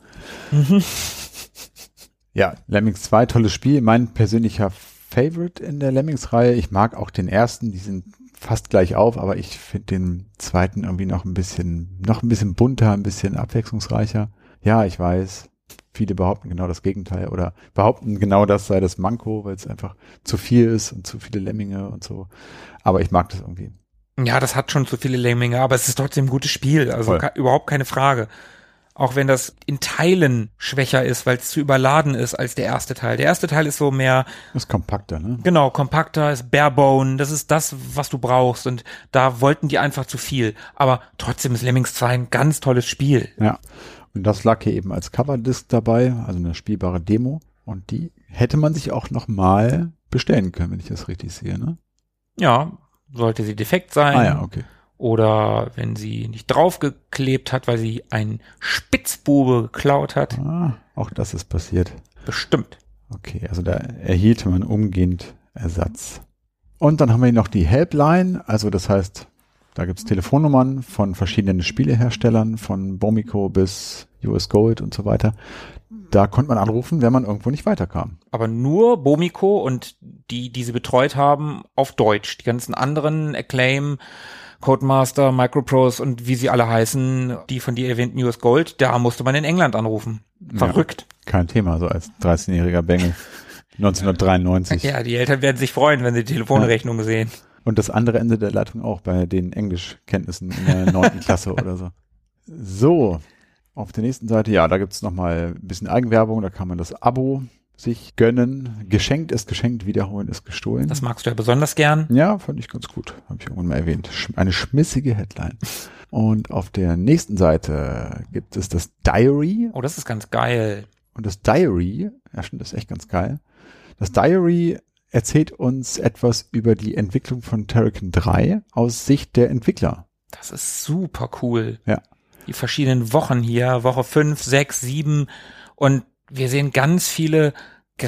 B: ja, Lemmings 2, tolles Spiel. Mein persönlicher Favorite in der Lemmings-Reihe. Ich mag auch den ersten, die sind fast gleich auf, aber ich finde den zweiten irgendwie noch ein bisschen, noch ein bisschen bunter, ein bisschen abwechslungsreicher. Ja, ich weiß. Viele behaupten genau das Gegenteil oder behaupten genau das sei das Manko, weil es einfach zu viel ist und zu viele Lemminge und so. Aber ich mag das irgendwie.
A: Ja, das hat schon zu viele Lemminge, aber es ist trotzdem ein gutes Spiel. Also
B: Voll.
A: ka- überhaupt keine Frage. Auch wenn das in Teilen schwächer ist, weil es zu überladen ist als der erste Teil. Der erste Teil ist so mehr,
B: Ist kompakter, ne?
A: genau, kompakter, ist barebone. Das ist das, was du brauchst. Und da wollten die einfach zu viel. Aber trotzdem ist Lemmings 2 ein ganz tolles Spiel.
B: Ja. Und das lag hier eben als Coverdisc dabei, also eine spielbare Demo. Und die hätte man sich auch nochmal bestellen können, wenn ich das richtig sehe, ne?
A: Ja, sollte sie defekt sein.
B: Ah ja, okay.
A: oder wenn sie nicht draufgeklebt hat, weil sie einen Spitzbube geklaut hat.
B: Ah, auch das ist passiert.
A: Bestimmt.
B: Okay, also da erhielt man umgehend Ersatz. Und dann haben wir hier noch die Helpline, also das heißt, da gibt's Telefonnummern von verschiedenen Spieleherstellern, von Bomico bis US Gold und so weiter. Da konnte man anrufen, wenn man irgendwo nicht weiterkam.
A: Aber nur Bomiko und die, die sie betreut haben, auf Deutsch. Die ganzen anderen Acclaim, Codemaster, Microprose und wie sie alle heißen, die von dir erwähnten US Gold, da musste man in England anrufen. Verrückt.
B: Kein Thema, so als 13-jähriger Bengel. 1993.
A: Ja, die Eltern werden sich freuen, wenn sie die Telefonrechnung sehen.
B: Und das andere Ende der Leitung auch bei den Englischkenntnissen in der neunten Klasse oder so. So, auf der nächsten Seite, ja, da gibt's noch nochmal ein bisschen Eigenwerbung, da kann man das Abo sich gönnen. Geschenkt ist geschenkt, wiederholen ist gestohlen.
A: Das magst du ja besonders gern.
B: ja, fand ich ganz gut, habe ich irgendwann mal erwähnt. Sch- Eine schmissige Headline. Und auf der nächsten Seite gibt es das Diary
A: Oh, das ist ganz geil.
B: Und das Diary, ja stimmt, das ist echt ganz geil. Das Diary erzählt uns etwas über die Entwicklung von Terrican 3 aus Sicht der Entwickler.
A: Das ist super cool.
B: Ja.
A: Die verschiedenen Wochen hier, Woche 5, 6, 7 und wir sehen ganz viele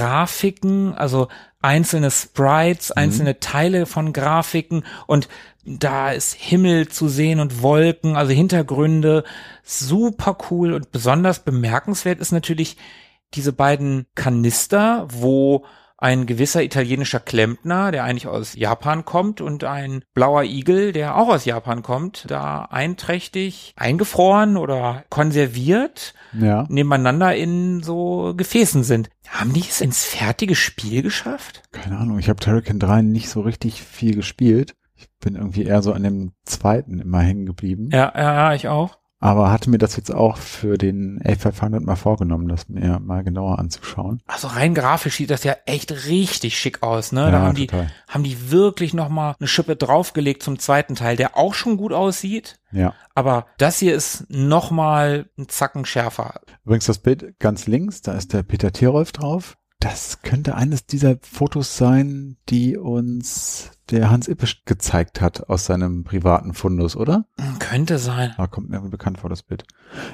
A: Grafiken, also einzelne Sprites, einzelne Teile von Grafiken und da ist Himmel zu sehen und Wolken, also Hintergründe, super cool und besonders bemerkenswert ist natürlich diese beiden Kanister, wo ein gewisser italienischer Klempner, der eigentlich aus Japan kommt, und ein blauer Igel, der auch aus Japan kommt, da einträchtig eingefroren oder konserviert
B: Ja.
A: nebeneinander in so Gefäßen sind. Haben die es ins fertige Spiel geschafft?
B: Keine Ahnung, ich habe Terrican 3 nicht so richtig viel gespielt. Ich bin irgendwie eher so an dem zweiten immer hängen geblieben.
A: Ja, ja, ja, ich auch.
B: Aber hatte mir das jetzt auch für den A500 mal vorgenommen, das mir mal genauer anzuschauen.
A: Also rein grafisch sieht das ja echt richtig schick aus, ne? da haben die,
B: total.
A: haben die wirklich nochmal eine Schippe draufgelegt zum zweiten Teil, der auch schon gut aussieht.
B: Ja.
A: Aber das hier ist nochmal ein Zacken schärfer.
B: Übrigens das Bild ganz links, da ist der Peter Tierolf drauf. Das könnte eines dieser Fotos sein, die uns der Hans Ippisch gezeigt hat aus seinem privaten Fundus, oder?
A: Könnte sein.
B: Da kommt mir irgendwie bekannt vor, das Bild.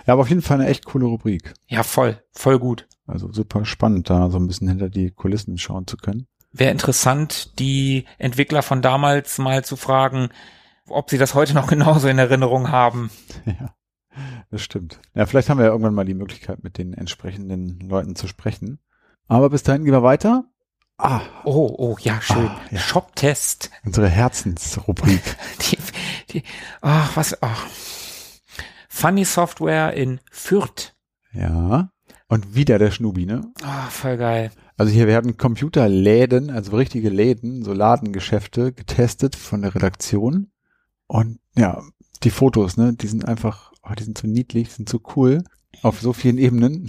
B: Ja, aber auf jeden Fall eine echt coole Rubrik.
A: Ja, voll. Voll gut.
B: Also super spannend, da so ein bisschen hinter die Kulissen schauen zu können.
A: Wäre interessant, die Entwickler von damals mal zu fragen, ob sie das heute noch genauso in Erinnerung haben.
B: Ja, das stimmt. Ja, vielleicht haben wir ja irgendwann mal die Möglichkeit, mit den entsprechenden Leuten zu sprechen. Aber bis dahin gehen wir weiter. Ah,
A: Oh, oh, ja, schön.
B: Ah, ja.
A: Shop-Test.
B: unsere Herzensrubrik.
A: Die, die, ach, was, ach. Funny Software in Fürth.
B: Ja. Und wieder der Schnubi, ne?
A: Ah, voll geil.
B: Also hier werden Computerläden, also richtige Läden, so Ladengeschäfte getestet von der Redaktion. Und ja, die Fotos, ne, die sind einfach, oh, die sind so niedlich, die sind so cool. Auf so vielen Ebenen.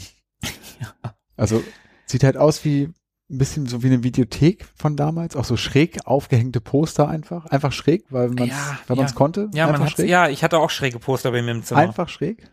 B: Also sieht halt aus wie ein bisschen so wie eine Videothek von damals, auch so schräg aufgehängte Poster einfach. Einfach schräg, weil man es
A: Ja,
B: weil
A: ja.
B: man's konnte.
A: Ja,
B: einfach
A: man hat,
B: schräg.
A: ja, genau. ich hatte auch schräge Poster bei mir im Zimmer,
B: Einfach schräg.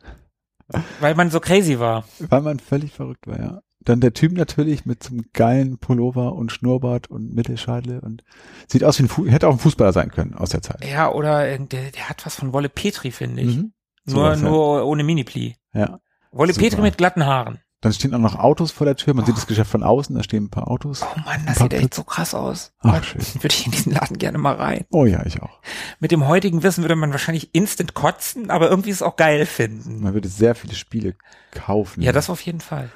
A: weil man so crazy war.
B: Weil man völlig verrückt war, ja. Dann der Typ natürlich mit so einem geilen Pullover und Schnurrbart und Mittelscheitel und sieht aus wie ein Fu hätte auch ein Fußballer sein können aus der Zeit.
A: Ja, oder äh, der, der hat was von Wolle Petri, finde ich.
B: Mhm.
A: nur,
B: sowas, ja.
A: nur ohne Mini-Pli.
B: Ja.
A: Wolle
B: Super.
A: Petri mit glatten Haaren.
B: Dann stehen auch noch Autos vor der Tür. Man sieht
A: Oh.
B: das Geschäft von außen, da stehen ein paar Autos.
A: Oh Mann, das
B: Ein paar
A: sieht echt so krass aus.
B: Ach, schön.
A: Würde ich in diesen Laden gerne mal rein.
B: Oh ja, ich auch.
A: Mit dem heutigen Wissen würde man wahrscheinlich instant kotzen, aber irgendwie es auch geil finden.
B: Man würde sehr viele Spiele kaufen.
A: Ja, das auf jeden Fall.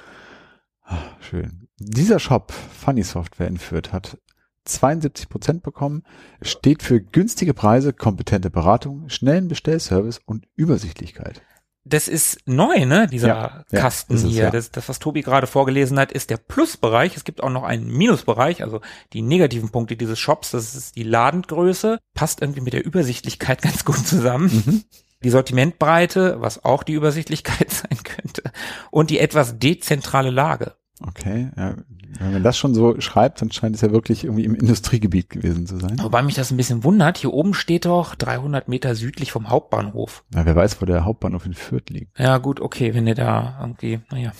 B: Ach, schön. Dieser Shop, Funny Software in Fürth, hat 72 Prozent bekommen, steht für günstige Preise, kompetente Beratung, schnellen Bestellservice und Übersichtlichkeit.
A: Das ist neu, ne, dieser
B: Ja, ja,
A: Kasten
B: ist es,
A: hier.
B: ja.
A: Das, das, was Tobi gerade vorgelesen hat, ist der Plusbereich. Es gibt auch noch einen Minusbereich, also die negativen Punkte dieses Shops. Das ist die Ladengröße. Passt irgendwie mit der Übersichtlichkeit ganz gut zusammen.
B: Mhm.
A: Die Sortimentbreite, was auch die Übersichtlichkeit sein könnte. Und die etwas dezentrale Lage.
B: Okay, ja. wenn man das schon so schreibt, dann scheint es ja wirklich irgendwie im Industriegebiet gewesen zu sein.
A: Wobei mich das ein bisschen wundert. Hier oben steht doch 300 Meter südlich vom Hauptbahnhof.
B: Na, wer weiß, wo der Hauptbahnhof in Fürth liegt.
A: Ja, gut, okay, wenn ihr da irgendwie, naja.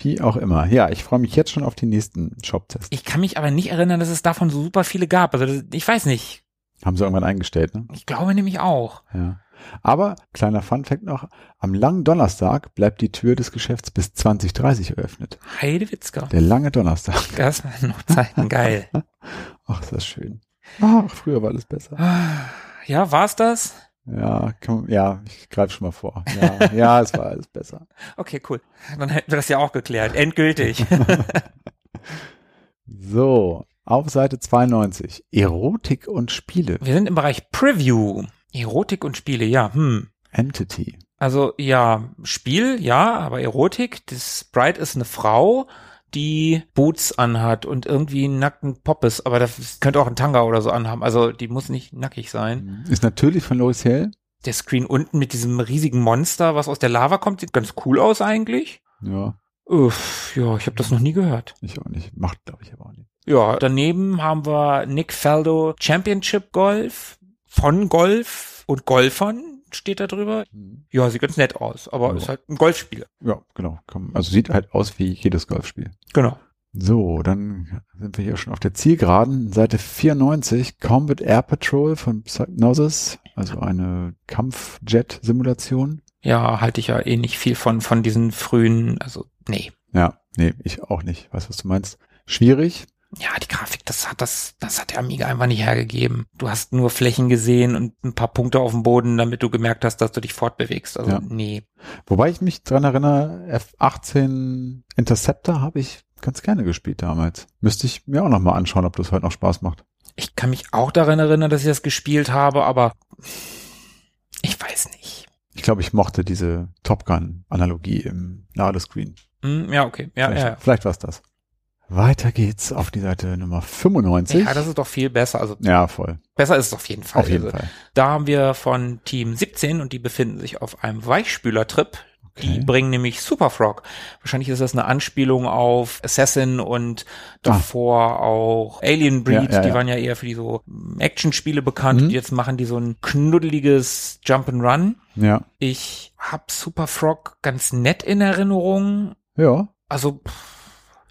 B: Wie auch immer. Ja, ich freue mich jetzt schon auf den nächsten Shop-Test.
A: Ich kann mich aber nicht erinnern, dass es davon so super viele gab. Also das, ich weiß nicht.
B: Haben sie irgendwann eingestellt, ne?
A: Ich glaube nämlich auch.
B: Ja. Aber, kleiner Funfact noch, am langen Donnerstag bleibt die Tür des Geschäfts bis 20.30 eröffnet.
A: Heidewitzka.
B: Der lange Donnerstag.
A: Das waren noch Zeiten. Geil.
B: Ach, ist das schön. Ach, früher war alles besser.
A: Ja, war's das?
B: Ja, kann, ja, ich greife schon mal vor. Ja, ja, es war alles besser.
A: Okay, cool. Dann hätten wir das ja auch geklärt. Endgültig.
B: So, auf Seite 92. Erotik und Spiele.
A: Wir sind im Bereich Preview. Erotik und Spiele, ja, hm.
B: Entity.
A: Also, ja, Spiel, ja, aber Erotik. Das Sprite ist eine Frau, die Boots anhat und irgendwie einen nackten Pop ist. Aber das könnte auch ein Tanga oder so anhaben. Also, die muss nicht nackig sein.
B: Ist natürlich von Lois Hill.
A: Der Screen unten mit diesem riesigen Monster, was aus der Lava kommt, sieht ganz cool aus eigentlich.
B: Ja,
A: Uff, ja, ich habe das noch nie gehört.
B: ich auch nicht. Macht, glaube ich, aber auch nicht.
A: Ja, daneben haben wir Nick Faldo Championship Golf von Golf und Golfern steht da drüber.
B: Hm.
A: Ja, sieht ganz nett aus, aber
B: Ja.
A: ist halt ein Golfspieler.
B: Ja, genau. Komm. Also sieht halt aus wie jedes Golfspiel.
A: Genau.
B: So, dann sind wir hier schon auf der Zielgeraden. Seite 94, Combat Air Patrol von Psygnosis, also eine Kampfjet-Simulation.
A: Ja, halte ich ja eh nicht viel von, von diesen frühen, also, nee.
B: Ja, nee, ich auch nicht. Weißt du, was du meinst? Schwierig.
A: Ja, die Grafik, das hat das, das hat der Amiga einfach nicht hergegeben. Du hast nur Flächen gesehen und ein paar Punkte auf dem Boden, damit du gemerkt hast, dass du dich fortbewegst. Also,
B: Ja.
A: nee.
B: Wobei ich mich dran erinnere, F18 Interceptor habe ich ganz gerne gespielt damals. Müsste ich mir auch nochmal anschauen, ob das heute noch Spaß macht.
A: Ich kann mich auch daran erinnern, dass ich das gespielt habe, aber ich weiß nicht.
B: Ich glaube, ich mochte diese Top Gun-Analogie im Ladescreen.
A: Hm, ja, okay. Ja,
B: vielleicht
A: ja, ja.
B: vielleicht war es das. Weiter geht's auf die Seite Nummer 95.
A: Ja, das ist doch viel besser. Also
B: ja, voll.
A: besser ist es auf jeden Fall.
B: Auf jeden
A: also,
B: Fall.
A: Da haben wir von Team 17 und die befinden sich auf einem Weichspülertrip. Die
B: Okay.
A: bringen nämlich Superfrog. Wahrscheinlich ist das eine Anspielung auf Assassin und davor auch Alien Breed.
B: Ah. Ja, ja,
A: die
B: ja.
A: waren ja eher für die so mm, Actionspiele bekannt.
B: Mhm.
A: Und jetzt machen die so ein knuddeliges Jump and Run.
B: Ja.
A: Ich hab Superfrog ganz nett in Erinnerung.
B: Ja.
A: Also, pff,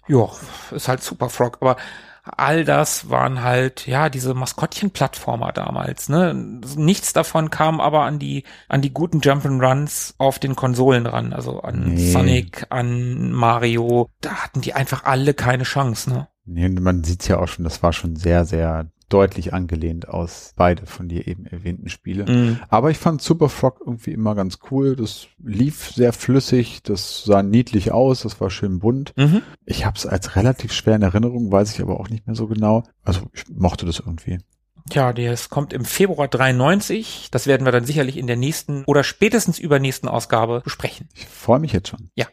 A: ja, ist halt Superfrog, aber all das waren halt, ja, diese Maskottchen-Plattformer damals, ne? Nichts davon kam aber an die, an die guten Jump'n'Runs auf den Konsolen ran, also an
B: Nee.
A: Sonic, an Mario, da hatten die einfach alle keine Chance, ne?
B: Nee, und man sieht's ja auch schon, das war schon sehr, sehr deutlich angelehnt aus beide von dir eben erwähnten Spiele.
A: Mhm.
B: Aber ich fand Super Frog irgendwie immer ganz cool. Das lief sehr flüssig, das sah niedlich aus, das war schön bunt.
A: Mhm.
B: Ich habe es als relativ schwer in Erinnerung, weiß ich aber auch nicht mehr so genau. Also ich mochte das irgendwie.
A: Tja, das kommt im Februar 93, das werden wir dann sicherlich in der nächsten oder spätestens übernächsten Ausgabe besprechen.
B: Ich freue mich jetzt schon.
A: Ja.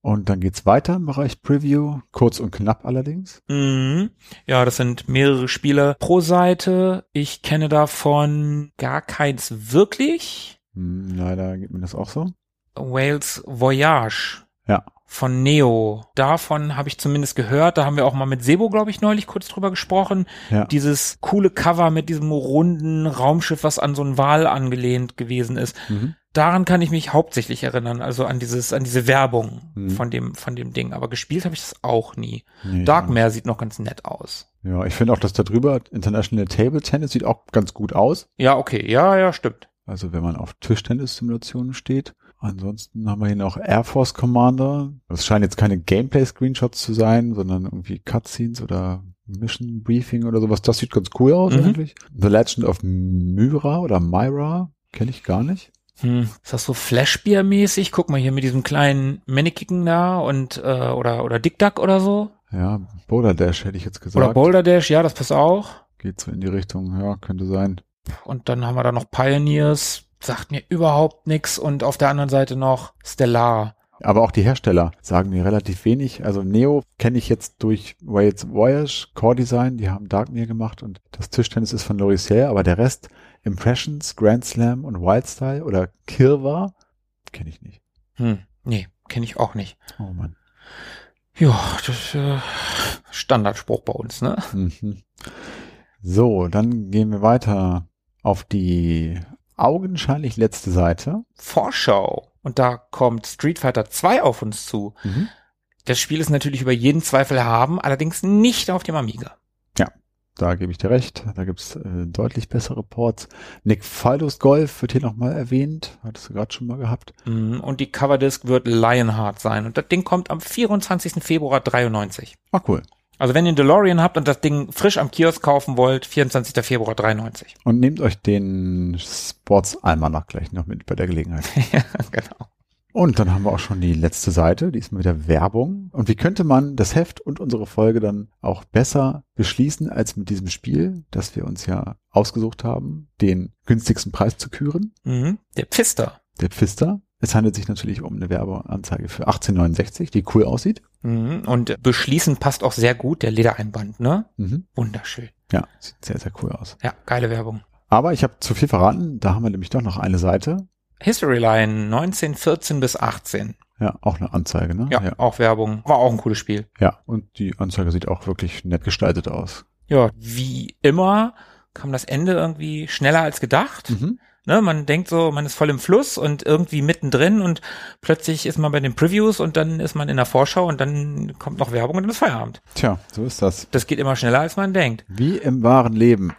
B: Und dann geht's weiter im Bereich Preview, kurz und knapp allerdings.
A: Mhm. Ja, das sind mehrere Spiele pro Seite. Ich kenne davon gar keins wirklich.
B: Hm, leider geht mir das auch so.
A: Wales Voyage.
B: Ja.
A: Von Neo. Davon habe ich zumindest gehört. Da haben wir auch mal mit Sebo, glaube ich, neulich kurz drüber gesprochen.
B: Ja.
A: Dieses coole Cover mit diesem runden Raumschiff, was an so einen Wal angelehnt gewesen ist.
B: Mhm.
A: Daran kann ich mich hauptsächlich erinnern. Also an dieses, an diese Werbung
B: Mhm.
A: von dem, von dem Ding. Aber gespielt habe ich das auch nie.
B: Nee, ich auch
A: Darkmare sieht noch ganz nett aus.
B: nicht. Ja, ich finde auch das da drüber, International Table Tennis, sieht auch ganz gut aus.
A: Ja, okay. Ja, ja, stimmt.
B: Also wenn man auf Tischtennis-Simulationen steht. Ansonsten haben wir hier noch Air Force Commander. Das scheinen jetzt keine Gameplay-Screenshots zu sein, sondern irgendwie Cutscenes oder Mission Briefing oder sowas. Das sieht ganz cool aus
A: Mhm.
B: eigentlich. The Legend of Myra oder Myra kenne ich gar nicht.
A: Hm, ist das so Flashbeer-mäßig? Guck mal hier mit diesem kleinen Mannequin da und äh, oder oder Dick Duck oder so
B: Ja, Boulder Dash hätte ich jetzt gesagt.
A: oder Boulder Dash, ja, das passt auch.
B: Geht so in die Richtung, ja, könnte sein.
A: Und dann haben wir da noch Pioneers, sagt mir überhaupt nix und auf der anderen Seite noch Stellar.
B: Aber auch die Hersteller sagen mir relativ wenig. Also Neo kenne ich jetzt durch Wales Voyage, Core Design, die haben Darkmere gemacht und das Tischtennis ist von Lorisier, aber der Rest, Impressions, Grand Slam und Wildstyle oder Kirwa, kenne ich nicht.
A: Hm, nee, kenne ich auch nicht.
B: Oh Mann.
A: Ja, das äh, Standardspruch bei uns, ne?
B: Mhm. So, dann gehen wir weiter auf die augenscheinlich letzte Seite.
A: Vorschau. Und da kommt Street Fighter 2 auf uns zu. Das Spiel ist natürlich über jeden Zweifel haben, allerdings nicht auf dem Amiga.
B: Da gebe ich dir recht. Da gibt's äh, deutlich bessere Ports. Nick Faldos Golf wird hier nochmal erwähnt. Hattest du gerade schon mal gehabt.
A: Mm, Und die Coverdisc wird Lionheart sein. Und das Ding kommt am 24. Februar 93.
B: Ah, cool.
A: Also wenn ihr einen DeLorean habt und das Ding frisch am Kiosk kaufen wollt, 24. Februar 93.
B: Und nehmt euch den Sports-Almanach gleich noch mit bei der Gelegenheit.
A: ja, genau.
B: Und dann haben wir auch schon die letzte Seite, die ist mal wieder Werbung. Und wie könnte man das Heft und unsere Folge dann auch besser beschließen als mit diesem Spiel, das wir uns ja ausgesucht haben, den günstigsten Preis zu küren,
A: Mhm. Der Pfister.
B: der Pfister. Es handelt sich natürlich um eine Werbeanzeige für 1869, die cool aussieht.
A: Mhm. Und äh, beschließen passt auch sehr gut, der Ledereinband, ne?
B: Mhm.
A: Wunderschön.
B: Ja, sieht sehr, sehr cool aus.
A: Ja, geile Werbung.
B: Aber ich habe zu viel verraten, da haben wir nämlich doch noch eine Seite.
A: History Line 1914 bis 18.
B: Ja, auch eine Anzeige, ne?
A: Ja,
B: ja.
A: auch Werbung. War auch ein cooles Spiel.
B: Ja, und die Anzeige sieht auch wirklich nett gestaltet aus.
A: Ja, wie immer kam das Ende irgendwie schneller als gedacht.
B: Mhm.
A: Ne, man denkt so, man ist voll im Fluss und irgendwie mittendrin und plötzlich ist man bei den Previews und dann ist man in der Vorschau und dann kommt noch Werbung und dann ist Feierabend.
B: Tja, so ist das.
A: Das geht immer schneller, als man denkt.
B: Wie im wahren Leben.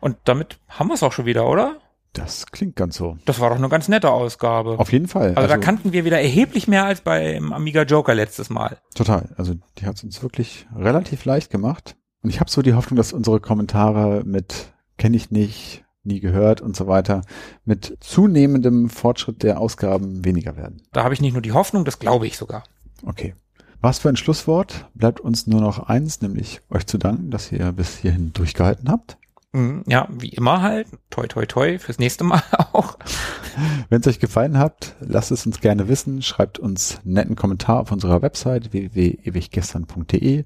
A: Und damit haben wir es auch schon wieder, oder?
B: Das klingt ganz so.
A: Das war doch eine ganz nette Ausgabe.
B: Auf jeden Fall.
A: also, da kannten wir wieder erheblich mehr als beim Amiga Joker letztes Mal.
B: total. Also die hat es uns wirklich relativ leicht gemacht. Und ich habe so die Hoffnung, dass unsere Kommentare mit kenne ich nicht, nie gehört und so weiter mit zunehmendem Fortschritt der Ausgaben weniger werden.
A: Da habe ich nicht nur die Hoffnung, das glaube ich sogar.
B: Okay. Was für ein Schlusswort. Bleibt uns nur noch eins, nämlich euch zu danken, dass ihr bis hierhin durchgehalten habt.
A: Mhm, Ja, wie immer halt. Toi, toi, toi. Fürs nächste Mal auch.
B: Wenn es euch gefallen hat, lasst es uns gerne wissen. Schreibt uns einen netten Kommentar auf unserer Website www.ewiggestern.de.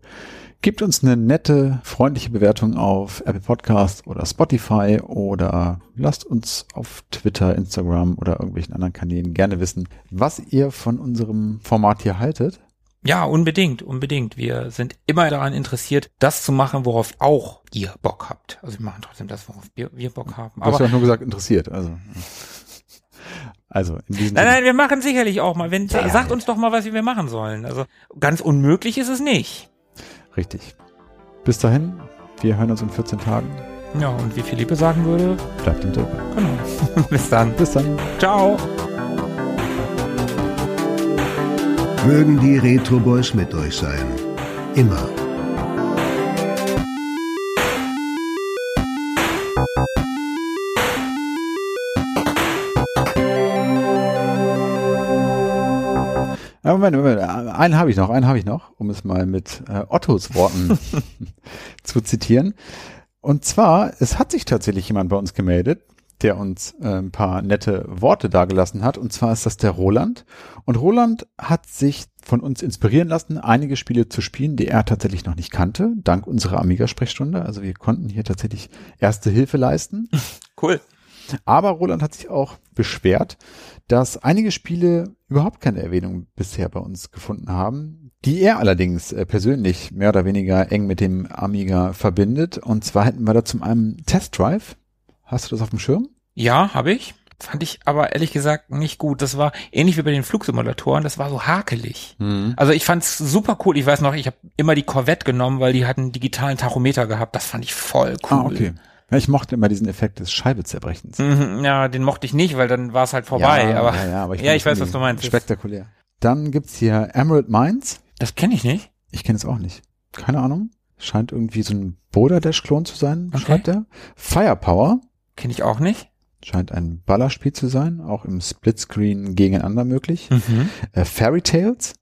B: Gebt uns eine nette, freundliche Bewertung auf Apple Podcast oder Spotify oder lasst uns auf Twitter, Instagram oder irgendwelchen anderen Kanälen gerne wissen, was ihr von unserem Format hier haltet.
A: Ja, unbedingt, unbedingt. Wir sind immer daran interessiert, das zu machen, worauf auch ihr Bock habt. Also wir machen trotzdem das, worauf wir, wir Bock haben.
B: Du hast
A: Aber
B: ja auch nur gesagt, interessiert. Also, also in diesem
A: nein,
B: Sinne.
A: nein, wir machen sicherlich auch mal. Wenn,
B: Ja, ja,
A: sagt
B: ja.
A: uns doch mal, was wir machen sollen. Also ganz unmöglich ist es nicht.
B: Richtig. Bis dahin, wir hören uns in 14 Tagen.
A: Ja, und wie Philippe sagen würde,
B: Bleibt im Dunkeln.
A: genau. Bis dann.
B: Bis dann.
A: Ciao.
C: Mögen die Retro Boys mit euch sein. Immer.
B: Ja, Äh, Moment, Moment, einen habe ich noch, einen habe ich noch, um es mal mit äh, Ottos Worten zu zitieren. Und zwar, es hat sich tatsächlich jemand bei uns gemeldet, der uns äh, ein paar nette Worte dagelassen hat. Und zwar ist das der Roland. Und Roland hat sich von uns inspirieren lassen, einige Spiele zu spielen, die er tatsächlich noch nicht kannte, dank unserer Amiga-Sprechstunde. Also wir konnten hier tatsächlich erste Hilfe leisten.
A: Cool.
B: Aber Roland hat sich auch beschwert, dass einige Spiele überhaupt keine Erwähnung bisher bei uns gefunden haben, die er allerdings äh, persönlich mehr oder weniger eng mit dem Amiga verbindet. Und zwar hätten wir da zum einen Test Drive. Hast du das auf dem Schirm?
A: Ja, habe ich. Fand ich aber ehrlich gesagt nicht gut. Das war ähnlich wie bei den Flugsimulatoren. Das war so hakelig. Also ich fand's super cool. Ich weiß noch, ich habe immer die Corvette genommen, weil die hat einen digitalen Tachometer gehabt. Das fand ich voll cool.
B: Ah, okay. Ja, ich mochte immer diesen Effekt des Scheibezerbrechens.
A: Mhm, Ja, den mochte ich nicht, weil dann war's halt vorbei.
B: ja,
A: aber
B: ja, ja, aber ich,
A: ja,
B: fand
A: ich weiß,
B: irgendwie
A: was du meinst.
B: Spektakulär. Dann gibt's hier Emerald Mines.
A: das kenne ich nicht.
B: Ich kenne es auch nicht. Keine Ahnung. Scheint irgendwie so ein Boulder Dash-Klon zu sein,
A: Okay.
B: schreibt er. Firepower.
A: Kenne ich auch nicht.
B: Scheint ein Ballerspiel zu sein, auch im Splitscreen gegeneinander
A: Hm.
B: möglich. Äh, Fairy Tales?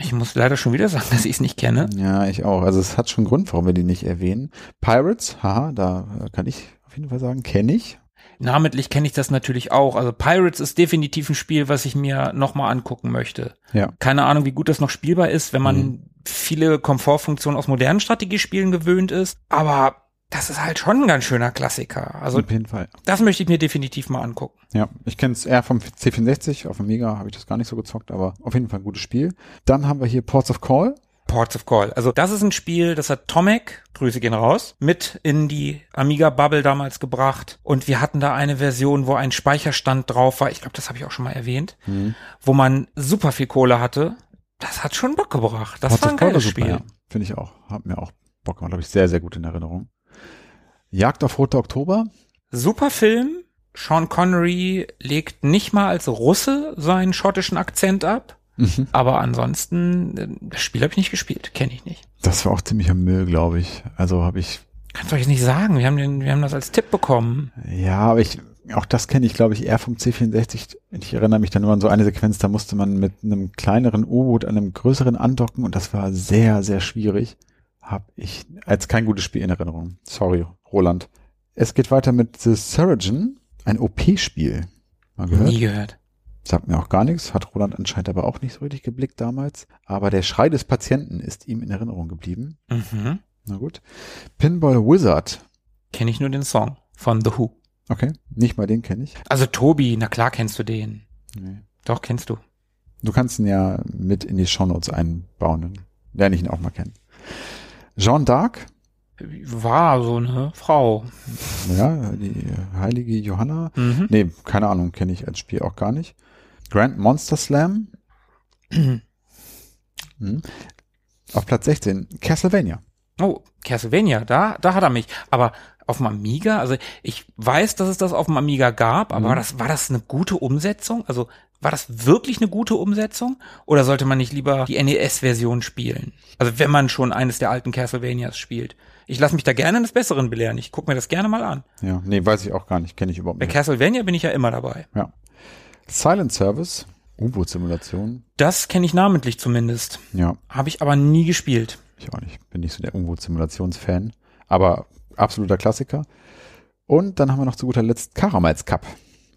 A: Ich muss leider schon wieder sagen, dass ich es nicht kenne.
B: Ja, ich auch. Also es hat schon Grund, warum wir die nicht erwähnen. Pirates, haha, da äh, kann ich auf jeden Fall sagen, kenne ich.
A: Namentlich kenne ich das natürlich auch. Also Pirates ist definitiv ein Spiel, was ich mir nochmal angucken möchte.
B: Ja.
A: Keine Ahnung, wie gut das noch spielbar ist, wenn man
B: Mhm.
A: viele Komfortfunktionen aus modernen Strategiespielen gewöhnt ist. Aber das ist halt schon ein ganz schöner Klassiker. Also
B: auf jeden Fall.
A: das möchte ich mir definitiv mal angucken.
B: Ja, ich kenne es eher vom C64, auf dem Mega habe ich das gar nicht so gezockt, aber auf jeden Fall ein gutes Spiel. Dann haben wir hier Ports of Call.
A: Ports of Call. Also das ist ein Spiel, das hat Tomek, Grüße gehen raus, mit in die Amiga-Bubble damals gebracht. Und wir hatten da eine Version, wo ein Speicherstand drauf war. Ich glaube, das habe ich auch schon mal erwähnt. Wo man super viel Kohle hatte. Das hat schon Bock gebracht. Das war ein geiles Spiel.
B: ja. Finde ich auch. Hat mir auch Bock gemacht, habe ich sehr, sehr gut in Erinnerung. Jagd auf Roter Oktober.
A: Super Film. Sean Connery legt nicht mal als Russe seinen schottischen Akzent ab.
B: Mhm.
A: Aber ansonsten, äh, das Spiel habe ich nicht gespielt, kenne ich nicht.
B: Das war auch ziemlicher Müll, glaube ich. Also habe ich,
A: Kannst du euch jetzt nicht sagen. Wir haben, den, wir haben das als Tipp bekommen.
B: ja, aber ich, auch das kenne ich, glaube ich, eher vom C64. Ich erinnere mich dann immer an so eine Sequenz, da musste man mit einem kleineren U-Boot an einem größeren andocken und das war sehr, sehr schwierig. Hab ich als kein gutes Spiel in Erinnerung. Sorry, Roland. Es geht weiter mit The Surgeon, ein OP-Spiel. Mal gehört?
A: Nie gehört.
B: Sagt mir auch gar nichts, hat Roland anscheinend aber auch nicht so richtig geblickt damals. Aber der Schrei des Patienten ist ihm in Erinnerung geblieben.
A: Mhm.
B: Na gut. Pinball Wizard.
A: Kenne ich nur den Song von The Who.
B: Okay, nicht mal den kenne ich.
A: Also Tobi, na klar kennst du den.
B: Nee.
A: Doch, kennst du.
B: Du kannst ihn ja mit in die Shownotes einbauen. Dann lerne ich ihn auch mal kennen. Jeanne d'Arc,
A: War so eine Frau.
B: ja, die heilige Johanna.
A: Mhm.
B: Nee, keine Ahnung, kenne ich als Spiel auch gar nicht. Grand Monster Slam. Hm. Auf Platz 16, Castlevania.
A: Oh, Castlevania, da, da hat er mich. Aber auf dem Amiga, also ich weiß, dass es das auf dem Amiga gab, aber
B: Mhm.
A: war, das, war das eine gute Umsetzung? Also war das wirklich eine gute Umsetzung? Oder sollte man nicht lieber die NES-Version spielen? Also wenn man schon eines der alten Castlevanias spielt. Ich lasse mich da gerne eines Besseren belehren. Ich gucke mir das gerne mal an.
B: Ja, nee, weiß ich auch gar nicht, kenne ich überhaupt
A: Bei
B: nicht.
A: Castlevania bin ich ja immer dabei.
B: Silent Service, U-Boot-Simulation.
A: Das kenne ich namentlich zumindest.
B: Ja,
A: Habe ich aber nie gespielt.
B: Ich auch nicht. Bin nicht so der U-Boot-Simulationsfan. Aber absoluter Klassiker. Und dann haben wir noch zu guter Letzt Karamals Cup.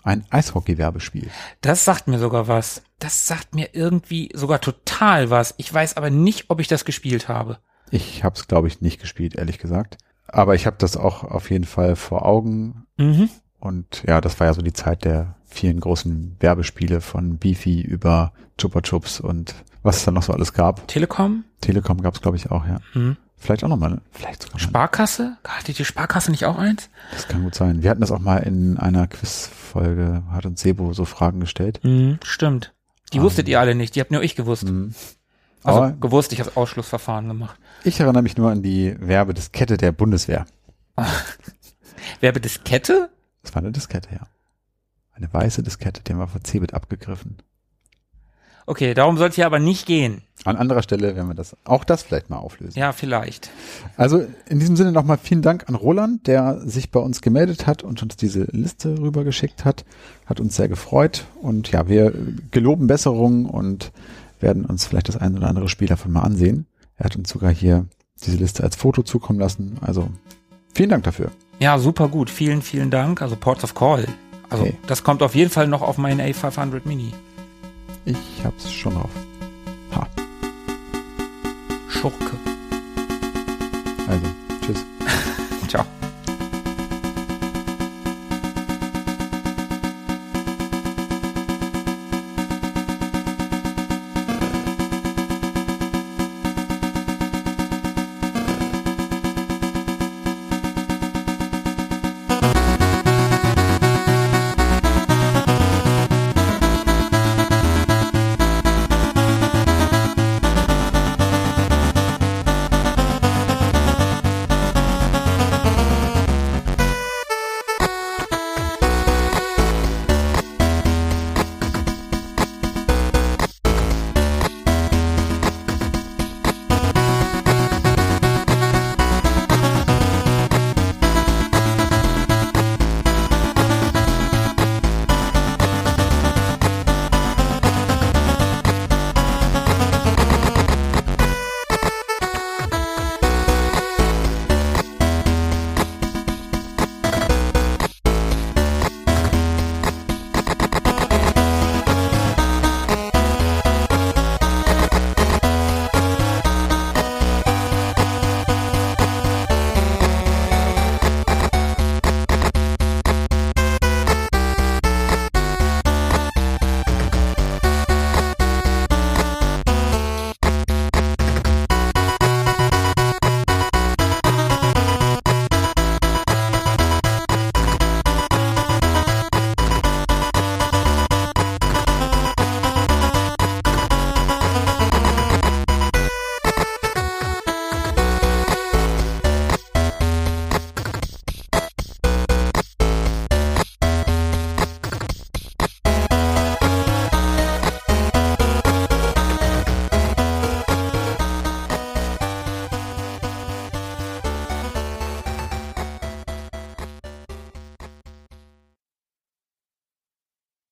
B: Ein Eishockey-Werbespiel.
A: Das sagt mir sogar was. Das sagt mir irgendwie sogar total was. Ich weiß aber nicht, ob ich das gespielt habe.
B: Ich habe es, glaube ich, nicht gespielt, ehrlich gesagt. Aber ich habe das auch auf jeden Fall vor Augen.
A: Mhm.
B: Und ja, das war ja so die Zeit der vielen großen Werbespiele von Beefy über Chupa Chups und was es da noch so alles gab.
A: Telekom?
B: Telekom gab es, glaube ich, auch, ja.
A: Mhm.
B: Vielleicht auch nochmal. Vielleicht sogar mal.
A: Sparkasse? Hatte die Sparkasse nicht auch eins?
B: Das kann gut sein. Wir hatten das auch mal in einer Quiz-Folge, hat uns Sebo so Fragen gestellt.
A: Mhm. Stimmt. Die
B: Ah.
A: wusstet ihr alle nicht, die habt nur ich gewusst.
B: Mhm.
A: Also
B: Aber
A: gewusst, ich habe Ausschlussverfahren gemacht.
B: ich erinnere mich nur an die Werbediskette der Bundeswehr.
A: Werbediskette?
B: Das war eine Diskette, ja. Eine weiße Diskette, die haben wir von Cebit abgegriffen.
A: Okay, darum soll es hier aber nicht gehen.
B: An anderer Stelle werden wir das, auch das vielleicht mal auflösen.
A: Ja, vielleicht.
B: Also in diesem Sinne nochmal vielen Dank an Roland, der sich bei uns gemeldet hat und uns diese Liste rübergeschickt hat. Hat uns sehr gefreut und ja, wir geloben Besserungen und werden uns vielleicht das ein oder andere Spiel davon mal ansehen. Er hat uns sogar hier diese Liste als Foto zukommen lassen. Also vielen Dank dafür.
A: Ja, super gut. Vielen, vielen Dank. Also Ports of Call. Also
B: Okay.
A: das kommt auf jeden Fall noch auf meinen A500 Mini.
B: Ich hab's schon drauf. Ha,
A: Schurke.
B: also, tschüss.